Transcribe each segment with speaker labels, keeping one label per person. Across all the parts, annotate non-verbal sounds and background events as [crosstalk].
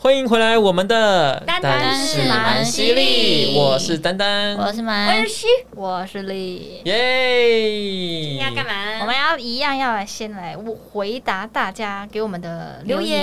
Speaker 1: 欢迎回来，我们的
Speaker 2: 丹丹
Speaker 1: 是蛮犀利，我是丹丹，
Speaker 2: 我是蛮
Speaker 3: 我，是
Speaker 2: 我是丽。
Speaker 1: 耶！
Speaker 3: 你要干？嘛？
Speaker 2: 我们要一样要来先来回答大家给我们的留言。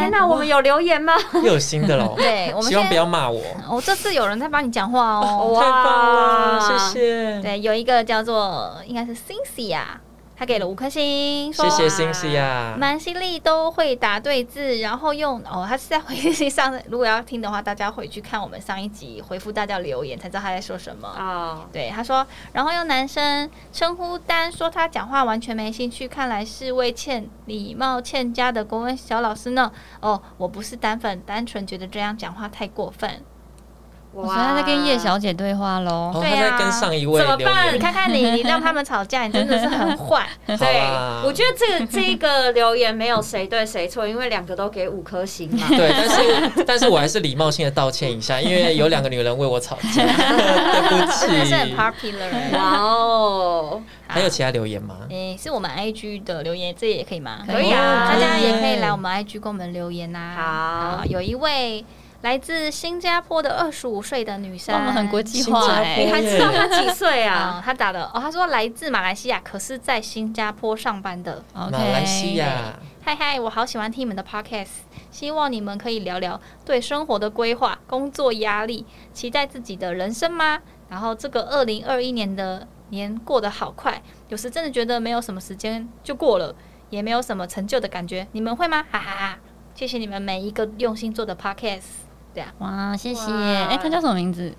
Speaker 3: 天哪，我们有留言吗？
Speaker 1: 又有新的喽，
Speaker 2: 对我们
Speaker 1: 希望
Speaker 2: 先
Speaker 1: 不要骂我，
Speaker 2: 哦，这次有人在帮你讲话 [laughs] 哦。
Speaker 3: 哇
Speaker 1: 太棒了，谢谢，
Speaker 2: 对，有一个叫做应该是 Cincy 啊，他给了五颗星，说
Speaker 1: 谢谢星星啊呀，
Speaker 2: 蛮犀利都会答对字，然后用哦，他是在回信上，如果要听的话，大家回去看我们上一集回复大家留言，才知道他在说什么。
Speaker 3: 哦，
Speaker 2: 对，他说，然后用男生称呼丹，说他讲话完全没兴趣，看来是位欠礼貌欠佳的国文小老师呢。哦，我不是单粉，单纯觉得这样讲话太过分。
Speaker 3: 我
Speaker 4: 我说他在跟叶小姐对话喽。
Speaker 1: 哦，
Speaker 2: 对
Speaker 1: 他
Speaker 2: 啊
Speaker 1: 在跟上一位
Speaker 3: 怎么
Speaker 1: 留
Speaker 3: 办
Speaker 2: 你
Speaker 1: 言，
Speaker 2: 看
Speaker 1: [laughs]
Speaker 2: 看你，你让他们吵架，你真的是很坏。
Speaker 3: 对
Speaker 1: 啦，
Speaker 3: 我觉得
Speaker 2: [laughs]
Speaker 3: 这个这个留言没有谁对谁错，因为两个都给五颗星嘛。
Speaker 1: 对，但是但是我还是礼貌性的道歉一下，因为有两个女人为我吵
Speaker 2: [laughs]
Speaker 1: 架，
Speaker 2: 真的是
Speaker 1: 对
Speaker 2: 很
Speaker 1: 不起。 [laughs]
Speaker 2: popular 欸。
Speaker 3: 哇哦，
Speaker 1: 还有其他留言吗？
Speaker 2: 诶、是我们 IG 的留言，这也可以吗？
Speaker 4: 可以
Speaker 3: 啊
Speaker 2: 大家也可以来我们 IG 跟我们留言呐、
Speaker 3: 好
Speaker 2: 有一位来自新加坡的二十五岁的女生，
Speaker 4: 哇我们很国际化
Speaker 1: 新加
Speaker 4: 哎、
Speaker 1: 坡
Speaker 3: 你还知道他几岁
Speaker 2: 啊
Speaker 3: 啊？、
Speaker 2: 她打了哦，她说来自马来西亚，可是在新加坡上班的。
Speaker 4: OK
Speaker 1: 马来西，亚，
Speaker 2: 嗨嗨，我好喜欢听你们的 podcast，希望你们可以聊聊对生活的规划、工作压力、期待自己的人生吗？然后这个二零二一年的年过得好快，有时真的觉得没有什么时间就过了，也没有什么成就的感觉，你们会吗？哈哈哈！谢谢你们每一个用心做的 podcast。
Speaker 4: 哇，谢谢。
Speaker 3: 哇
Speaker 4: 哎、她叫什么名字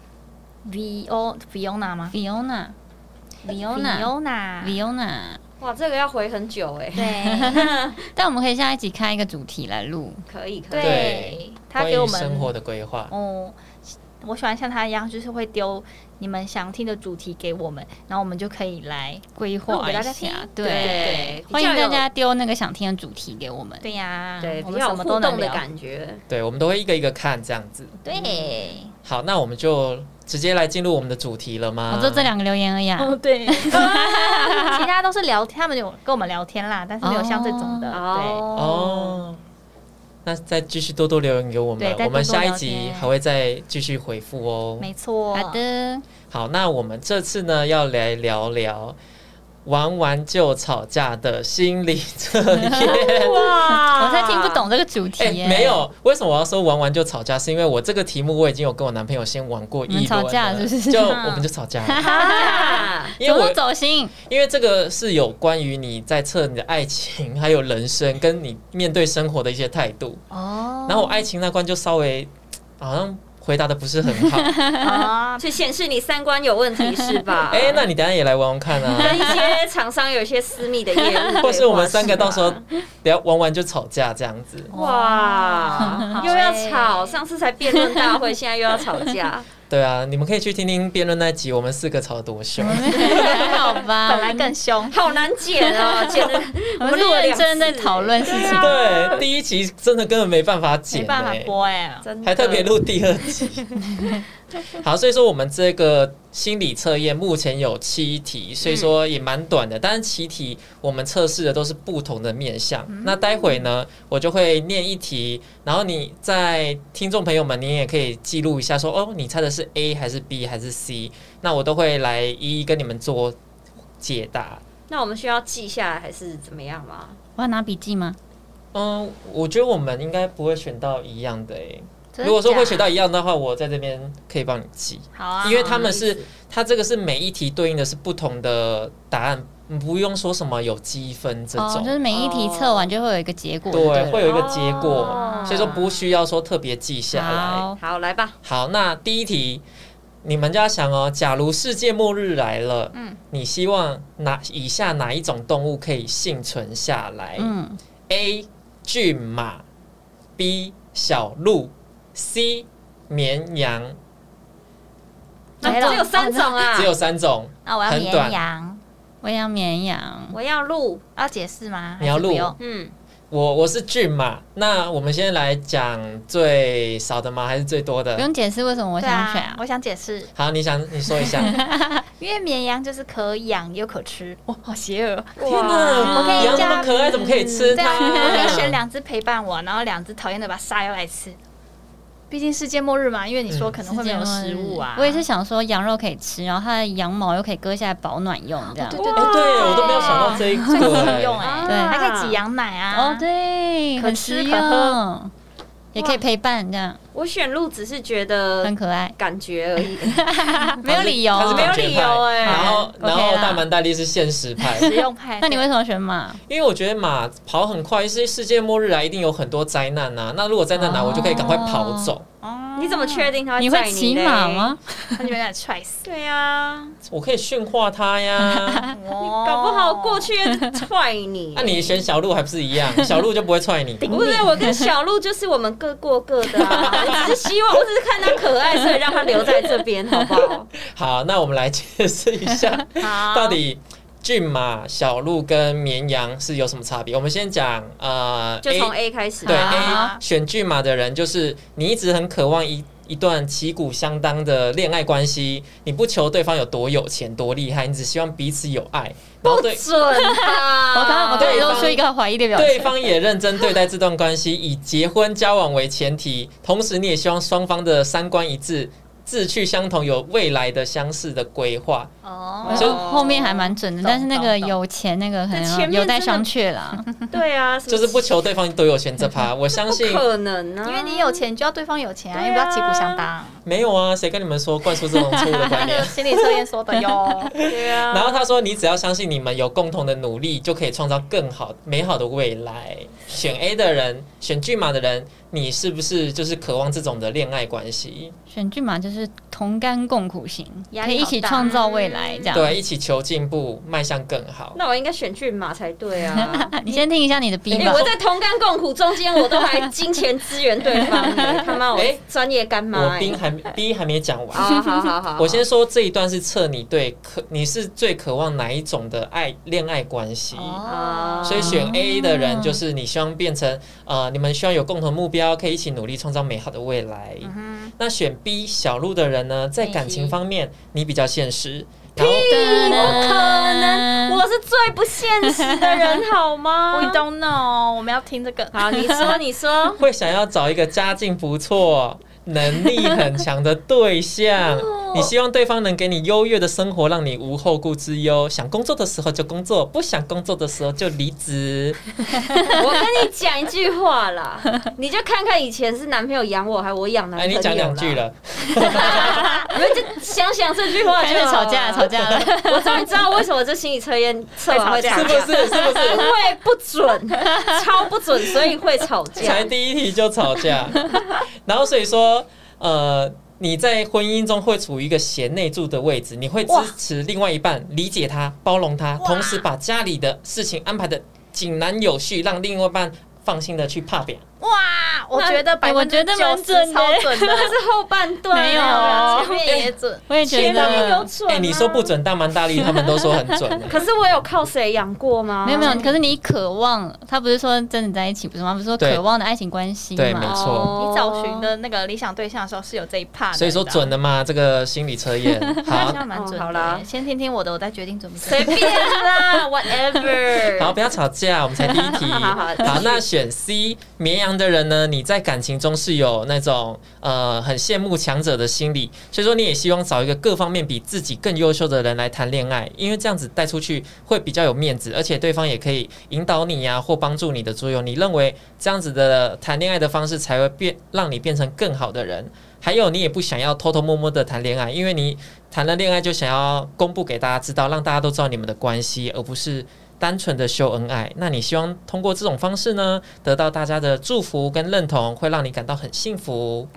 Speaker 2: V O Fiona 吗
Speaker 4: ？Fiona，Fiona，Fiona。
Speaker 2: ？Fiona，嗯
Speaker 3: 哇，这个要回很久哎。
Speaker 2: 对
Speaker 4: 但我们可以下一集开一个主题来录。
Speaker 3: 可以，可以。
Speaker 2: 对
Speaker 1: [laughs] 对，
Speaker 2: 她
Speaker 1: 关
Speaker 2: 给我
Speaker 1: 于
Speaker 2: 们
Speaker 1: 生活的规划，
Speaker 2: 哦，我喜欢像他一样，就是会丢你们想听的主题给我们，然后我们就可以来规
Speaker 4: 录
Speaker 2: 划
Speaker 4: 给
Speaker 2: 一
Speaker 4: 大家
Speaker 2: 下
Speaker 4: 听。
Speaker 2: 对
Speaker 3: 对，
Speaker 4: 欢迎
Speaker 3: 比较
Speaker 4: 大
Speaker 3: 有
Speaker 4: 家丢那个想听的主题给我们。
Speaker 2: 对呀，
Speaker 3: 对
Speaker 2: 我
Speaker 3: 比
Speaker 2: 们
Speaker 3: 较
Speaker 2: 什
Speaker 3: 有
Speaker 2: 么
Speaker 3: 互
Speaker 2: 都能
Speaker 3: 动的
Speaker 2: 聊。
Speaker 3: 感觉。
Speaker 1: 对，我们都会一个一个看这样子。
Speaker 2: 对，
Speaker 1: 好，那我们就直接来进入我们的主题了吗？
Speaker 2: 哦
Speaker 4: 我就这两个留言而已、啊。
Speaker 2: 对， [laughs] 其他都是聊，他们有跟我们聊天啦，但是没有像这种的。
Speaker 1: 哦。那再继续多多留言给我
Speaker 2: 对
Speaker 1: 们
Speaker 2: 再，多
Speaker 1: 我们下一
Speaker 2: 多聊
Speaker 1: 集
Speaker 2: 天
Speaker 1: 还会再继续回复哦
Speaker 2: 对，。没错。
Speaker 4: 好的，
Speaker 1: 好，那我们这次呢要来聊聊玩完就吵架的心理测
Speaker 2: 嗯
Speaker 1: 验。
Speaker 2: [laughs]
Speaker 3: 哇
Speaker 4: 我才听不。懂这个主题、
Speaker 1: 哎、[laughs]
Speaker 4: 耶
Speaker 1: 没，有，为什么我要说玩完就吵架？是因为我这个题目我已经有跟我男朋友先玩过一轮
Speaker 4: 你们
Speaker 1: 了
Speaker 4: 吵架是不是
Speaker 1: 就我们就吵架了，
Speaker 3: 啊
Speaker 1: 因为
Speaker 4: 走
Speaker 1: 我
Speaker 4: 路走心。
Speaker 1: 因为这个是有关于你在测你的爱情，还有人生，跟你面对生活的一些态度。
Speaker 2: 哦
Speaker 1: 然后我爱情那关就稍微好像回答的不是很
Speaker 2: [laughs]
Speaker 1: 好。
Speaker 2: 啊，
Speaker 3: 去显示你三观有问题是吧？
Speaker 1: [laughs] 哎、那你等一下也来玩玩看
Speaker 2: [laughs]
Speaker 1: 啊，
Speaker 2: 哎
Speaker 3: 跟一些厂商有一些私密的业
Speaker 1: [laughs]
Speaker 3: 务，
Speaker 1: 或是我们三个到时候
Speaker 3: 对话
Speaker 1: 等一下玩完就吵架这样
Speaker 2: [laughs]
Speaker 1: 子。
Speaker 3: 吧哇
Speaker 2: 好，
Speaker 3: 又要
Speaker 2: 欸
Speaker 3: 吵，上次才辩论大会，现在又要吵
Speaker 4: [laughs]
Speaker 3: 架，
Speaker 1: 对啊，你们可以去听听辩论那集，我们四个吵得多凶。
Speaker 2: 啊
Speaker 4: 还好吧，
Speaker 2: 本来更凶。
Speaker 3: 好难剪
Speaker 4: [laughs]
Speaker 3: 哦，剪的
Speaker 4: 我们是认真在讨，
Speaker 3: 录了两啊
Speaker 4: 论事情。
Speaker 1: [laughs] 对，第一集真的根本没办法
Speaker 2: 没
Speaker 1: 剪、
Speaker 2: 办法
Speaker 1: 欸，
Speaker 2: 播哎、
Speaker 3: 次真的
Speaker 1: 还特别录第二集。好，所以说我们这个心理测验目前有七题，所以说
Speaker 2: 嗯
Speaker 1: 也蛮短的。但是七题我们测试的都是不同的面向。
Speaker 2: 嗯
Speaker 1: 那待会呢，我就会念一题，然后你在听众朋友们，你也可以记录一下说哦，你猜的是 A 还是 B 还是 C？那我都会来一一跟你们做解答。
Speaker 3: 那我们需要记下来还是怎么样吗？
Speaker 4: 我要拿笔记吗？
Speaker 1: 嗯，我觉得我们应该不会选到一样的诶、
Speaker 2: 真的
Speaker 1: 如果说会选到
Speaker 2: 假
Speaker 1: 一样的话，我在这边可以帮你记。
Speaker 2: 的好啊，
Speaker 1: 因为他们
Speaker 3: 什么
Speaker 1: 是
Speaker 3: 意思，
Speaker 1: 它这个是每一题对应的是不同的答案，不用说什么有积分这
Speaker 4: 哦，就
Speaker 1: 种，
Speaker 4: 是每一题测完就会有一个结果。
Speaker 1: 对，
Speaker 4: 了
Speaker 1: 会有一个结果，
Speaker 3: 哦
Speaker 1: 所以说不需要说特别记下来。
Speaker 4: 好，
Speaker 3: 好来吧，
Speaker 1: 好，那第一题，你们就要想哦，假如世界末日来了，
Speaker 2: 嗯
Speaker 1: 你希望哪以下哪一种动物可以幸存下来
Speaker 4: 嗯，
Speaker 1: ？A. 骏马，B. 小鹿，C. 绵羊，
Speaker 3: 啊
Speaker 2: 来了
Speaker 3: 只有三种啊
Speaker 1: 只，有三种，
Speaker 2: 啊，我要
Speaker 1: 很
Speaker 2: 绵
Speaker 1: 短
Speaker 2: 羊，
Speaker 4: 我要绵羊。
Speaker 3: 我要录，
Speaker 2: 要解释吗？
Speaker 1: 你要
Speaker 2: 还是不
Speaker 1: 录
Speaker 2: 用
Speaker 3: 嗯，
Speaker 1: 我我是俊嘛，那我们先来讲最少的吗？还是最多
Speaker 4: 不
Speaker 1: 的？
Speaker 4: 用解释为什么我
Speaker 2: 对
Speaker 4: 想选
Speaker 2: 啊
Speaker 4: 啊，。
Speaker 2: 我想解释，
Speaker 1: 好，你想你说一
Speaker 2: [laughs]
Speaker 1: 下。
Speaker 2: 因为绵羊就是可养又可吃，哇，好邪恶！哦
Speaker 1: 天哪，
Speaker 2: 我可以
Speaker 1: 羊那
Speaker 2: 加
Speaker 1: 么可爱，怎么可以吃
Speaker 2: 对啊，我可以选
Speaker 1: 它？
Speaker 2: 两只陪伴我，然后两只讨厌的把它杀掉来吃。毕竟世界末日嘛，因为你啊说可能会没有食物啊。
Speaker 4: 我也是想说羊肉可以吃，然后它的羊毛又可以割下来保暖用，这样。
Speaker 2: 对
Speaker 1: 哎，对我都没有想到这一
Speaker 2: 这
Speaker 1: 个
Speaker 2: 个很
Speaker 1: 哎。
Speaker 2: 用哎，
Speaker 4: 对
Speaker 2: 还可以挤羊奶啊。
Speaker 4: 哦，，对，
Speaker 2: 可
Speaker 4: 很
Speaker 2: 吃
Speaker 4: 实
Speaker 2: 可喝
Speaker 4: 用，也可以陪伴，这样
Speaker 3: 我选鹿只是觉得
Speaker 4: 很可爱，
Speaker 3: 感觉而已，
Speaker 4: 没有理由
Speaker 1: 他是
Speaker 3: 没有
Speaker 1: 感觉
Speaker 3: 理
Speaker 1: 派
Speaker 3: 由哎
Speaker 1: 然后，
Speaker 4: 好
Speaker 1: 然后
Speaker 4: OK 啦
Speaker 1: 大蛮大力是现实派，
Speaker 2: 实用派。
Speaker 4: 那你为什么选马？
Speaker 1: 因为我觉得马跑很快，是世界末日啊，一定有很多灾难啊。那如果灾难来，我就可以赶快跑走。
Speaker 2: 哦
Speaker 3: [laughs] 你怎么确定它
Speaker 4: 你
Speaker 3: 载
Speaker 4: 会骑马
Speaker 3: 嘞？
Speaker 4: 吗？
Speaker 2: 他就被他踹死？
Speaker 3: [laughs] 对呀，
Speaker 1: 我可以驯化它
Speaker 2: [laughs]
Speaker 1: 呀。
Speaker 2: 搞
Speaker 3: 搞不好过去踹哦 [laughs] 你
Speaker 1: 那、。你选小鹿还不是一样？小鹿就不会踹你。
Speaker 3: 不是，我跟小鹿就是我们各过各的啊。我只是希望，我只是看它可爱，所以让它留在这边，好不好？ [laughs]
Speaker 1: 好，那我们来解释一下，到底骏马、小鹿跟绵羊是有什么差别？我们先讲呃
Speaker 3: 就从
Speaker 1: ，A
Speaker 3: A 开始。啊
Speaker 1: 对
Speaker 2: 好
Speaker 1: A 选骏马的人，就是你一直很渴望一。一段旗鼓相当的恋爱关系，你不求对方有多有钱、多厉害，你只希望彼此有爱，然
Speaker 3: 哦
Speaker 1: 后对
Speaker 3: 准吧？
Speaker 2: 啊
Speaker 4: 我刚我刚才
Speaker 1: 对
Speaker 4: 露
Speaker 1: 方
Speaker 4: 出一个怀疑的表
Speaker 1: 对
Speaker 4: 情。
Speaker 1: 方也认真对待这段关系，以结婚交往为前提，同时你也希望双方的三观一致、志趣相同，有未来的相似的规划。
Speaker 2: 哦
Speaker 4: 我
Speaker 1: 所以
Speaker 4: 后面还蛮准的，
Speaker 2: 懂
Speaker 4: 但是那个
Speaker 2: 懂懂
Speaker 4: 有钱那个可
Speaker 3: 这前
Speaker 4: 能
Speaker 3: 面
Speaker 4: 有
Speaker 3: 真
Speaker 4: 待
Speaker 3: 的
Speaker 4: 商榷啦。
Speaker 3: [laughs]
Speaker 4: [laughs]
Speaker 3: 对啊，什
Speaker 1: 就
Speaker 3: 么
Speaker 1: 是不求对方多有钱这趴，我相
Speaker 3: 不
Speaker 1: 信
Speaker 3: 可能啊，
Speaker 2: 因为你有钱，你就要对方有钱啊，
Speaker 3: 对啊
Speaker 2: 因为不要旗鼓相当。
Speaker 1: 没有啊，谁跟你们说灌输这种错误的观
Speaker 2: 那个
Speaker 1: 念？
Speaker 2: [laughs] 心理测验说的哟。
Speaker 3: 对啊，
Speaker 1: 然后他说，你只要相信你们有共同的努力，就可以创造更好、美好的未来。选 A 的人，选骏马的人，你是不是就是渴望这种的恋爱关系？
Speaker 4: 选骏马就是同甘共苦型，
Speaker 2: 压
Speaker 4: 可
Speaker 2: 力
Speaker 4: 以一
Speaker 2: 好
Speaker 4: 起
Speaker 2: 大
Speaker 4: 创造未来，这样。
Speaker 1: 对，一起求进步，迈向更好。
Speaker 3: 那我应该选骏马才对 [laughs] 啊。
Speaker 4: 你先听一下你的 B
Speaker 3: 哎、
Speaker 4: 吧
Speaker 3: 我。在同甘共苦中间，我都还金钱支援对方、 [laughs] 哎他妈我
Speaker 1: 哎
Speaker 3: 专业干妈、哦
Speaker 1: 我
Speaker 3: 哎
Speaker 1: B 还 B 还没讲完，
Speaker 3: 好好好好，
Speaker 1: 我先说这一段是测你对渴，你是最渴望哪一种的爱恋爱关系？
Speaker 2: 哦
Speaker 1: 所以选 A 的人就是你希望变成呃，你们希望有共同目标，可以一起努力创造美好的未来。
Speaker 2: 嗯
Speaker 1: 那选 B 小鹿的人呢，在感情方面你比较现实，然后
Speaker 3: 不可能，我是最不现实的人，好吗？ [laughs]
Speaker 2: 哼，We don't know，我们要听这个。
Speaker 3: 好，你 [laughs] 说，你说，
Speaker 1: 会想要找一个家境不错、能力很强的对
Speaker 2: [laughs]
Speaker 1: 象。
Speaker 2: 哦
Speaker 1: 你希望对方能给你优越的生活，让你无后顾之忧。想工作的时候就工作，不想工作的时候就离职。
Speaker 3: 我跟你讲一句话啦， [laughs] 你就看看以前是男朋友养我，还我养男
Speaker 1: 哎，
Speaker 3: 朋友。
Speaker 1: 你讲两句，
Speaker 3: [laughs]
Speaker 1: 了。
Speaker 3: 你们就想想这句话
Speaker 4: 开
Speaker 3: 就
Speaker 4: 始
Speaker 3: 好
Speaker 4: 吵架，
Speaker 3: 了
Speaker 4: 吵。架了。
Speaker 3: 我终于知道为什么这心理测验测完会吵
Speaker 1: 是
Speaker 3: 架
Speaker 1: 不是？是不
Speaker 3: 因
Speaker 1: 是？
Speaker 3: 为不 [laughs] 准，超不准，所以会吵
Speaker 1: 才
Speaker 3: 架。
Speaker 1: 第一题就吵架， [laughs] 然后所以说，呃，你在婚姻中会处于一个贤内助的位置，你会支持另外一半，理解他，包容他，同时把家里的事情安排的井然有序，让另外一半放心的去怕表。
Speaker 2: [laughs] 哇，我觉得百
Speaker 4: 我
Speaker 2: 分之
Speaker 4: 觉得蛮
Speaker 2: 九
Speaker 4: 准
Speaker 2: 十
Speaker 4: 的
Speaker 2: 超准
Speaker 3: 这
Speaker 2: 的，
Speaker 3: 是后半段，
Speaker 4: 没有
Speaker 2: 啊
Speaker 4: 哦
Speaker 2: 前面也准。
Speaker 4: [laughs] 我也觉
Speaker 3: 前面有
Speaker 4: 得嗯
Speaker 3: 准、
Speaker 1: 哎、
Speaker 3: 啊
Speaker 1: 你说不？准，大蛮大力他们都说很
Speaker 3: [laughs]
Speaker 1: 准、
Speaker 3: 可是我有靠谁养过吗？
Speaker 4: 没有没有，可是你渴望，他不是说真的在一起，不是吗？不是说
Speaker 1: 对
Speaker 4: 渴望的爱情关系
Speaker 1: 对没
Speaker 4: 嘛？
Speaker 1: 错
Speaker 2: 你找寻的那个理想对象的时候是有这一 part，的
Speaker 1: 所以说准，啊的嘛，这个心理测验。
Speaker 2: 好
Speaker 1: 好
Speaker 2: 像蛮准的。
Speaker 3: 哦好啦
Speaker 2: 先听听我的，我再决定准不准。
Speaker 3: 随便啦，whatever。
Speaker 1: 好，不要吵架，我们才第一题。
Speaker 3: [laughs] 好好
Speaker 1: 好，那选 C 绵羊的人呢？你在感情中是有那种呃很羡慕强者的心理，所以说你也希望找一个各方面比自己更优秀的人来谈恋爱，因为这样子带出去会比较有面子，而且对方也可以引导你呀、或帮助你的作用。你认为这样子的谈恋爱的方式才会变让你变成更好的人。还有，你也不想要偷偷摸摸的谈恋爱，因为你谈了恋爱就想要公布给大家知道，让大家都知道你们的关系，而不是单纯的秀恩爱。那你希望通过这种方式呢，得到大家的祝福跟认同，会让你感到很幸福。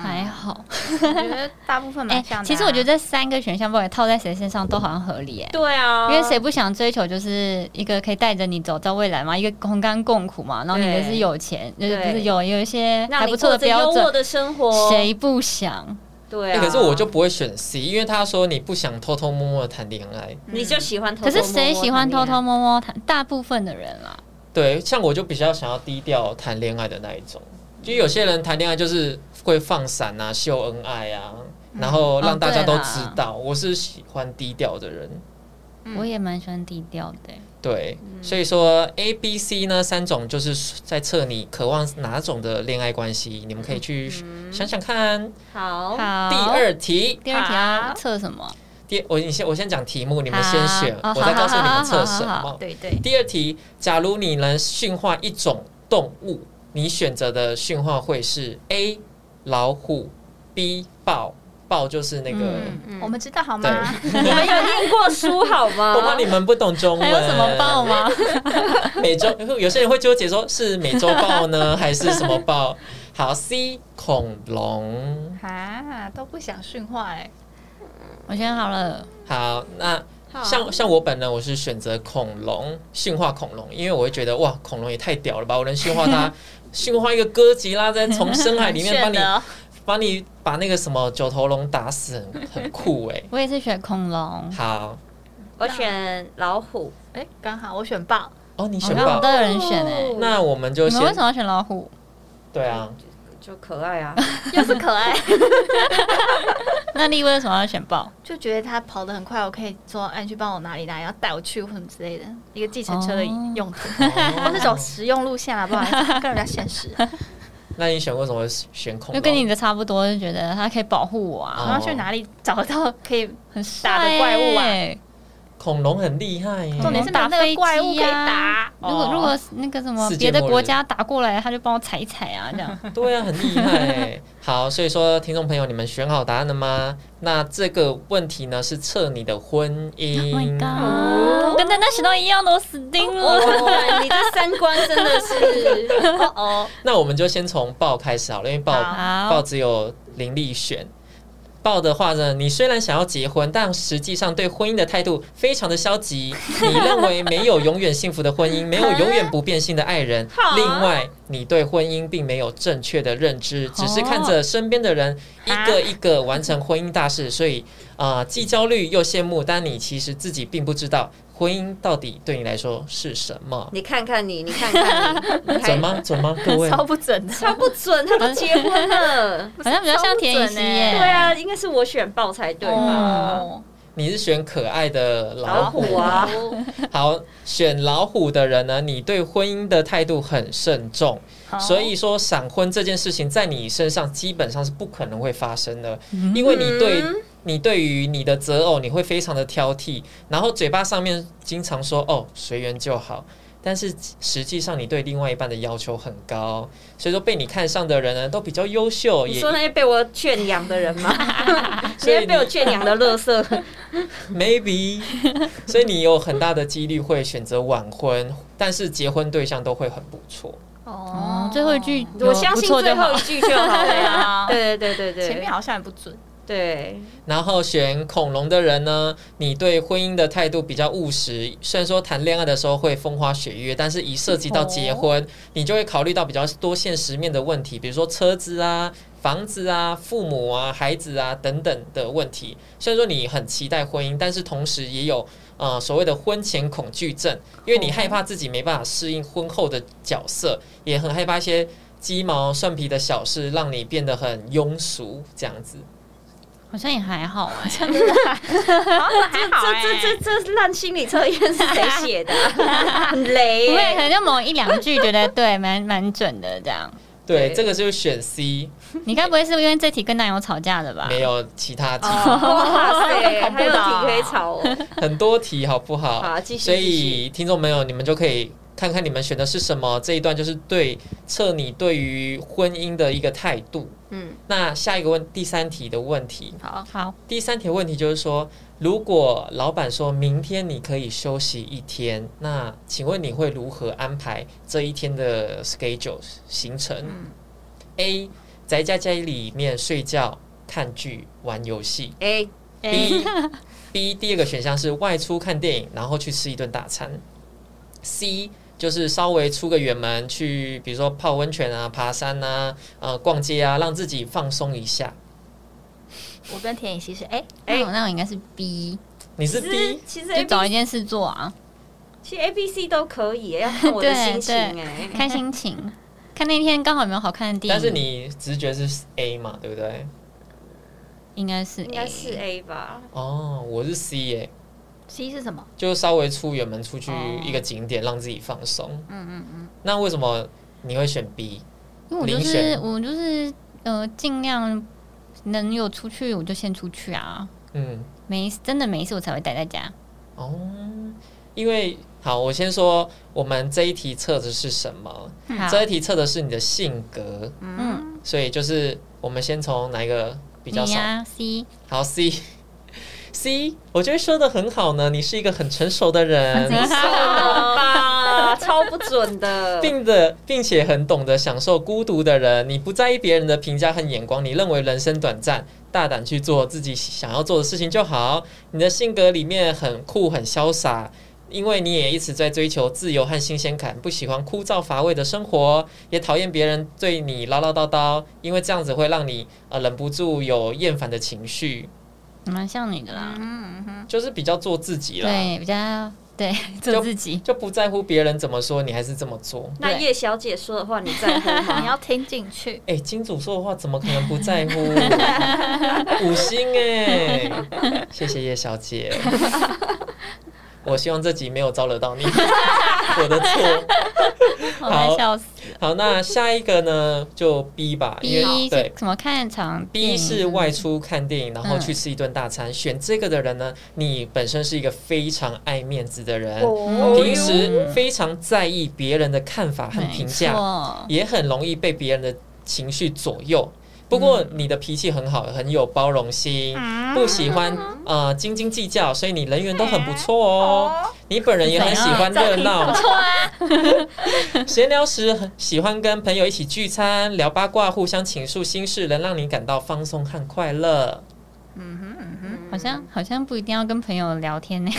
Speaker 4: 还好。
Speaker 2: [laughs]
Speaker 4: 哎
Speaker 2: 我觉得大部分蛮像的啊。
Speaker 4: 其实我觉得这三个选项不管套在谁身上都好像合理哎。
Speaker 3: 对啊，
Speaker 4: 因为谁不想追求就是一个可以带着你走到未来嘛，一个同甘共苦嘛，然后你
Speaker 3: 对
Speaker 4: 也是有钱，就是
Speaker 3: 对
Speaker 4: 不是有有一些还
Speaker 3: 让你
Speaker 4: 不错
Speaker 3: 过
Speaker 4: 的
Speaker 3: 着优
Speaker 4: 标
Speaker 3: 渥
Speaker 4: 准，
Speaker 3: 的生活？
Speaker 4: 谁不想？
Speaker 3: 对
Speaker 1: 欸
Speaker 3: 啊？
Speaker 1: 可是我就不会选 C，因为他说你不想偷偷摸摸的谈恋爱。
Speaker 3: 你就喜欢偷
Speaker 4: 可
Speaker 3: 偷摸摸
Speaker 4: 是谁喜欢偷偷摸摸谈？大部分的人啦，
Speaker 1: 对，像我就比较想要低调谈恋爱的那一种，就有些人谈恋爱就是会放闪啊、秀恩爱啊，
Speaker 3: 嗯
Speaker 1: 然后让大家都知
Speaker 3: 哦啊
Speaker 1: 道。我是喜欢低调的人，
Speaker 3: 嗯
Speaker 4: 我也蛮喜欢低调的欸、
Speaker 1: 对，所以说 A、B、C 呢三种就是在测你渴望哪种的恋爱关系，你们可以去
Speaker 3: 嗯
Speaker 1: 想想看。
Speaker 3: 好，
Speaker 4: 好，
Speaker 1: 第二题，
Speaker 4: 第二题要
Speaker 3: 好
Speaker 4: 测什么？
Speaker 1: 第我你先我先讲题目，你们先
Speaker 4: 好
Speaker 1: 选，
Speaker 4: 哦
Speaker 1: 我再
Speaker 4: 好
Speaker 1: 告诉你
Speaker 4: 好
Speaker 1: 们
Speaker 4: 好
Speaker 1: 测
Speaker 4: 好
Speaker 1: 什
Speaker 4: 好
Speaker 1: 么。
Speaker 2: 对对，
Speaker 1: 第二题，假如你能驯化一种动物，你选择的驯化会是 A 老虎，B 豹，豹就是那个。
Speaker 4: 嗯
Speaker 3: 嗯
Speaker 2: 我们知道好吗？ [laughs]
Speaker 1: 对，
Speaker 3: 你们有念过书好吗？
Speaker 1: [laughs] 我怕你们不懂中文。
Speaker 4: 还有什么报？吗？
Speaker 1: 美洲有些人会纠结，说是美洲豹呢，还是什么豹？好，C 恐龙。
Speaker 2: [laughs] 啊，都不想训话哎、
Speaker 4: 我选好了，
Speaker 1: 好，那
Speaker 4: 啊
Speaker 3: 好
Speaker 1: 像像我本人，我是选择恐龙驯化恐龙，因为我会觉得哇，恐龙也太屌了吧！我能驯化
Speaker 4: [laughs]
Speaker 1: 它，驯化一个哥吉拉，再从深海里面把
Speaker 2: 炫
Speaker 1: 你
Speaker 2: 的哦
Speaker 1: 把你把那个什么九头龙打死，很很酷
Speaker 4: [laughs]
Speaker 1: 哎、
Speaker 4: 我也是选恐龙。
Speaker 1: 好
Speaker 3: 我选老虎，
Speaker 2: 哎，刚好我选豹，
Speaker 1: 哦，你选
Speaker 4: 那我
Speaker 1: 吧
Speaker 4: 们都。有人选哎、
Speaker 3: 哦
Speaker 1: 那我们就
Speaker 4: 你们为
Speaker 1: 先
Speaker 4: 什么要选老虎？
Speaker 1: 对
Speaker 4: [laughs]
Speaker 1: 啊，
Speaker 3: 就可爱啊。
Speaker 2: [laughs] 又是可爱，
Speaker 4: 那你为什么要选豹？
Speaker 2: [laughs] 就觉得他跑得很快，我可以说，哎，你去帮我哪里哪里，要带我去或什么之类的，一个计程车的
Speaker 4: 哦
Speaker 2: [laughs] 用途。
Speaker 1: 哦
Speaker 2: 他是走实用路线啊，不好意思，跟人家现
Speaker 1: [laughs]
Speaker 2: 实。
Speaker 1: 那你选为什么会选恐
Speaker 4: 就
Speaker 1: 龙？
Speaker 4: 跟你的差不多，就觉得它可以保护我啊，
Speaker 2: 然后去哪里找到可以？
Speaker 4: 很
Speaker 2: 打得怪物啊
Speaker 4: 帅欸
Speaker 1: 恐龙很厉害欸耶、
Speaker 2: 重点是
Speaker 4: 打
Speaker 2: 那个
Speaker 4: 飞
Speaker 2: 怪物可
Speaker 4: 机
Speaker 2: 以
Speaker 4: 啊
Speaker 2: 打
Speaker 4: 如果
Speaker 2: 哦
Speaker 4: 如果那个什么
Speaker 1: 世界
Speaker 4: 别的
Speaker 1: 末
Speaker 4: 国
Speaker 1: 日
Speaker 4: 家打过来，他就帮我踩一踩啊，这样。
Speaker 1: 对啊，很厉害
Speaker 4: [laughs]
Speaker 1: 欸。好，所以说听众朋友，你们选好答案了吗？那这个问题呢是测你的婚
Speaker 4: Oh my
Speaker 1: 姻。
Speaker 4: god！我跟丹丹选到一样的，我死定了。
Speaker 3: 哦，你的三观真的是，
Speaker 4: [laughs]
Speaker 3: 哦哦，
Speaker 1: 那我们就先从豹开始好了，因为豹
Speaker 4: 好
Speaker 1: 豹只有林立选。豹的话呢，你虽然想要结婚，但实际上对婚姻的态度非常的消极。你认为没有永远幸福的婚姻，没有永远不变心的爱人。
Speaker 3: 好
Speaker 1: 另外，你对婚姻并没有正确的认知，只是看着身边的人一个一个完成婚姻大事，所以啊、呃既焦虑又羡慕，但你其实自己并不知道婚姻到底对你来说是什么。
Speaker 3: 你看看你，你看看你，你
Speaker 1: 准
Speaker 3: 看，
Speaker 1: 吗？准吗？各位，
Speaker 2: [laughs] 超不准的，
Speaker 3: 他不准，他都结婚了，
Speaker 4: 好像比较像田雨希耶
Speaker 3: 对啊，应该是我选豹才对吧？
Speaker 4: 哦，
Speaker 1: 你是选可爱的老
Speaker 3: 老
Speaker 1: 虎
Speaker 3: 虎啊，
Speaker 1: [laughs] 好，选老虎的人呢，你对婚姻的态度很慎重，
Speaker 3: 哦
Speaker 1: 所以说闪婚这件事情在你身上基本上是不可能会发生的，因为你对
Speaker 3: 嗯
Speaker 1: 你对于你的择偶你会非常的挑剔，然后嘴巴上面经常说哦随缘就好。但是实际上，你对另外一半的要求很高，所以说被你看上的人呢，都比较优秀，
Speaker 3: 你
Speaker 1: 也
Speaker 3: 说那些被我圈养的人吗？那些被我圈养的乐色，
Speaker 1: maybe，所以你有很大的几率会选择晚婚，但是结婚对象都会很不错。
Speaker 4: 哦，最后一句有
Speaker 3: 我相信
Speaker 4: 不错
Speaker 3: 最
Speaker 4: 就好
Speaker 3: 后一句就好
Speaker 2: 对
Speaker 3: 了
Speaker 2: 啊。
Speaker 3: [laughs] 对对对对对，
Speaker 2: 前面好像也不准，
Speaker 3: 对，
Speaker 1: 然后选恐龙的人呢，你对婚姻的态度比较务实。虽然说谈恋爱的时候会风花雪月，但是一涉及到结婚，你就会考虑到比较多现实面的问题，比如说车子啊、房子啊、父母啊、孩子啊等等的问题。虽然说你很期待婚姻，但是同时也有呃所谓的婚前恐惧症，因为你害怕自己没办法适应婚后的角色，也很害怕一些鸡毛蒜皮的小事让你变得很庸俗这样子。
Speaker 4: 好像也还好欸，
Speaker 2: 好像还好哎、
Speaker 3: 这这这这烂心理测验是谁写的啊？ [laughs] 很雷
Speaker 4: 不会，可
Speaker 3: 耶，
Speaker 4: 能就某一两句觉得对，蛮蛮准的
Speaker 1: [laughs]
Speaker 4: 这样。
Speaker 1: 对，
Speaker 3: 对
Speaker 1: 这个就是选 C，
Speaker 4: 你该不会是因为这题跟男友吵架
Speaker 3: 啊
Speaker 4: 的吧？
Speaker 1: 没有其他题，
Speaker 3: [laughs] 哇塞，
Speaker 2: 恐怖
Speaker 3: 还有
Speaker 2: 的
Speaker 3: 题
Speaker 2: 啊
Speaker 3: 可以吵哦。
Speaker 1: 很多题，好不好？
Speaker 3: [laughs] 好继续
Speaker 1: 所
Speaker 3: 继
Speaker 1: 以听众朋友，你们就可以看看你们选的是什么。这一段就是对测你对于婚姻的一个态度。
Speaker 3: 嗯，
Speaker 1: 那下一个问第三题的问题，
Speaker 2: 好，
Speaker 4: 好，
Speaker 1: 第三题的问题就是说，如果老板说明天你可以休息一天，那请问你会如何安排这一天的 schedule 行程、a 宅在家里面睡觉、看剧、玩游戏。
Speaker 3: 哎，
Speaker 4: [laughs]
Speaker 1: B B 第二个选项是外出看电影，然后去吃一顿大餐。C 就是稍微出个远门，去比如说泡温泉啊、爬山啊、呃逛街啊，让自己放松一下。
Speaker 2: 我跟田雨希是哎，
Speaker 4: 那我那我应该是 B，
Speaker 1: 你是
Speaker 3: 其实
Speaker 1: B，
Speaker 3: 其实
Speaker 4: 就
Speaker 1: [laughs]
Speaker 3: A
Speaker 4: 找一件事做啊。
Speaker 3: 其实 A、B、C 都可以，要看我的
Speaker 4: 对
Speaker 3: 心情
Speaker 4: 对
Speaker 3: 哎。
Speaker 4: 看心情，看那天刚好有没有好看的电
Speaker 1: 但
Speaker 4: 影。
Speaker 1: 是你直觉是 A 嘛，对不对？
Speaker 4: 应该是
Speaker 3: 应该是 A [laughs] 吧？
Speaker 1: 哦，我是 C 耶、
Speaker 2: C 是什么？
Speaker 1: 就稍微出远门出去
Speaker 4: 哦
Speaker 1: 一个景点，让自己放松。
Speaker 4: 嗯嗯嗯，
Speaker 1: 那为什么你会选 B？
Speaker 4: 因为我就
Speaker 1: 遴
Speaker 4: 是
Speaker 1: 选
Speaker 4: 我就是呃，尽量能有出去我就先出去啊，
Speaker 1: 嗯，
Speaker 4: 没真的没事我才会待在家。
Speaker 1: 哦，因为好，我先说我们这一题测的是什么？
Speaker 4: 好，
Speaker 1: 这一题测的是你的性格，
Speaker 4: 嗯，
Speaker 1: 所以就是我们先从哪一个比较
Speaker 4: 你
Speaker 1: 少？
Speaker 4: 呀、C，
Speaker 1: 好，C。C，我觉得说的很好呢，你是一个很成熟的人，
Speaker 3: 算了吧， [laughs] 超不准的。
Speaker 1: 并的，并且很懂得享受孤独的人，你不在意别人的评价和眼光，你认为人生短暂，大胆去做自己想要做的事情就好。你的性格里面很酷，很潇洒。因为你也一直在追求自由和新鲜感，不喜欢枯燥乏味的生活，也讨厌别人对你唠唠叨叨，因为这样子会让你呃忍不住有厌烦的情绪，
Speaker 4: [laughs] 蛮像你的
Speaker 1: 嗯
Speaker 4: 啦，
Speaker 1: 就是比较做自己啦，
Speaker 4: 对，比较对做自己。
Speaker 1: 就不在乎别人怎么说，你还是这么做。
Speaker 3: 那
Speaker 4: 对
Speaker 3: 叶小姐说的话，你在乎
Speaker 2: 你
Speaker 3: 吗？
Speaker 2: 要听进去。
Speaker 1: 哎、金主说的话怎么可能不在乎？ [laughs] 五星哎、谢谢叶小姐。我希望这集没有招惹到你，我的错。
Speaker 4: 我快笑死。
Speaker 1: 好，那下一个呢，就 B 吧，因
Speaker 4: B
Speaker 1: 为对
Speaker 4: 是什么看场
Speaker 1: B
Speaker 4: 电影
Speaker 1: 是外出看电影，然后
Speaker 4: 嗯
Speaker 1: 去吃一顿大餐。选这个的人呢，你本身是一个非常爱面子的人，
Speaker 3: [laughs] 哦
Speaker 1: 嗯平时非常在意别人的看法和评价
Speaker 4: 没，错
Speaker 1: 也很容易被别人的情绪左右。不过你的脾气很好，很有包容心，不喜欢呃斤斤计较，所以你人缘都很不错哦。
Speaker 2: 哎
Speaker 1: 你本人也很喜欢热闹，闲聊时很喜欢跟朋友一起聚餐，聊八卦，互相倾诉心事，能让你感到放松和快乐。
Speaker 2: 嗯
Speaker 4: 好像好像不一定要跟朋友聊天呢，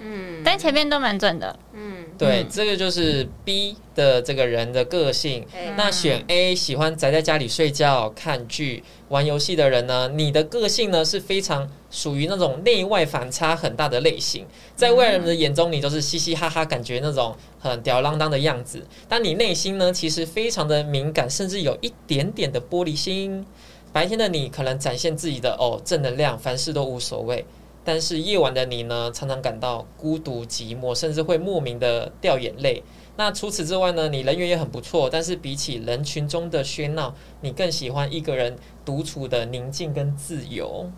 Speaker 3: 嗯
Speaker 4: 但前面都蛮准的。
Speaker 3: 嗯，
Speaker 1: 对，
Speaker 4: 嗯
Speaker 1: 这个就是 B 的这个人的个性。
Speaker 3: 哎
Speaker 1: 那选 A 喜欢宅在家里睡觉、看剧、玩游戏的人呢？你的个性呢是非常属于那种内外反差很大的类型，在外人的眼中你都是嘻嘻哈哈，感觉那种很吊儿郎当的样子，但你内心呢其实非常的敏感，甚至有一点点的玻璃心。白天的你可能展现自己的哦正能量，凡事都无所谓。但是夜晚的你呢，常常感到孤独、寂寞，甚至会莫名的掉眼泪。那除此之外呢，你人缘也很不错，但是比起人群中的喧闹，你更喜欢一个人独处的宁静跟自由。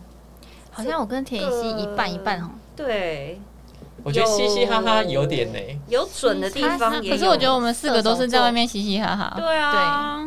Speaker 2: 好像我跟田雨希一半一半哦。
Speaker 3: 对，
Speaker 1: 我觉得嘻嘻哈哈有点呢、
Speaker 3: 有准的地方也有。
Speaker 4: 可是我觉得我们四个都是在外面嘻嘻哈哈，
Speaker 3: 对啊，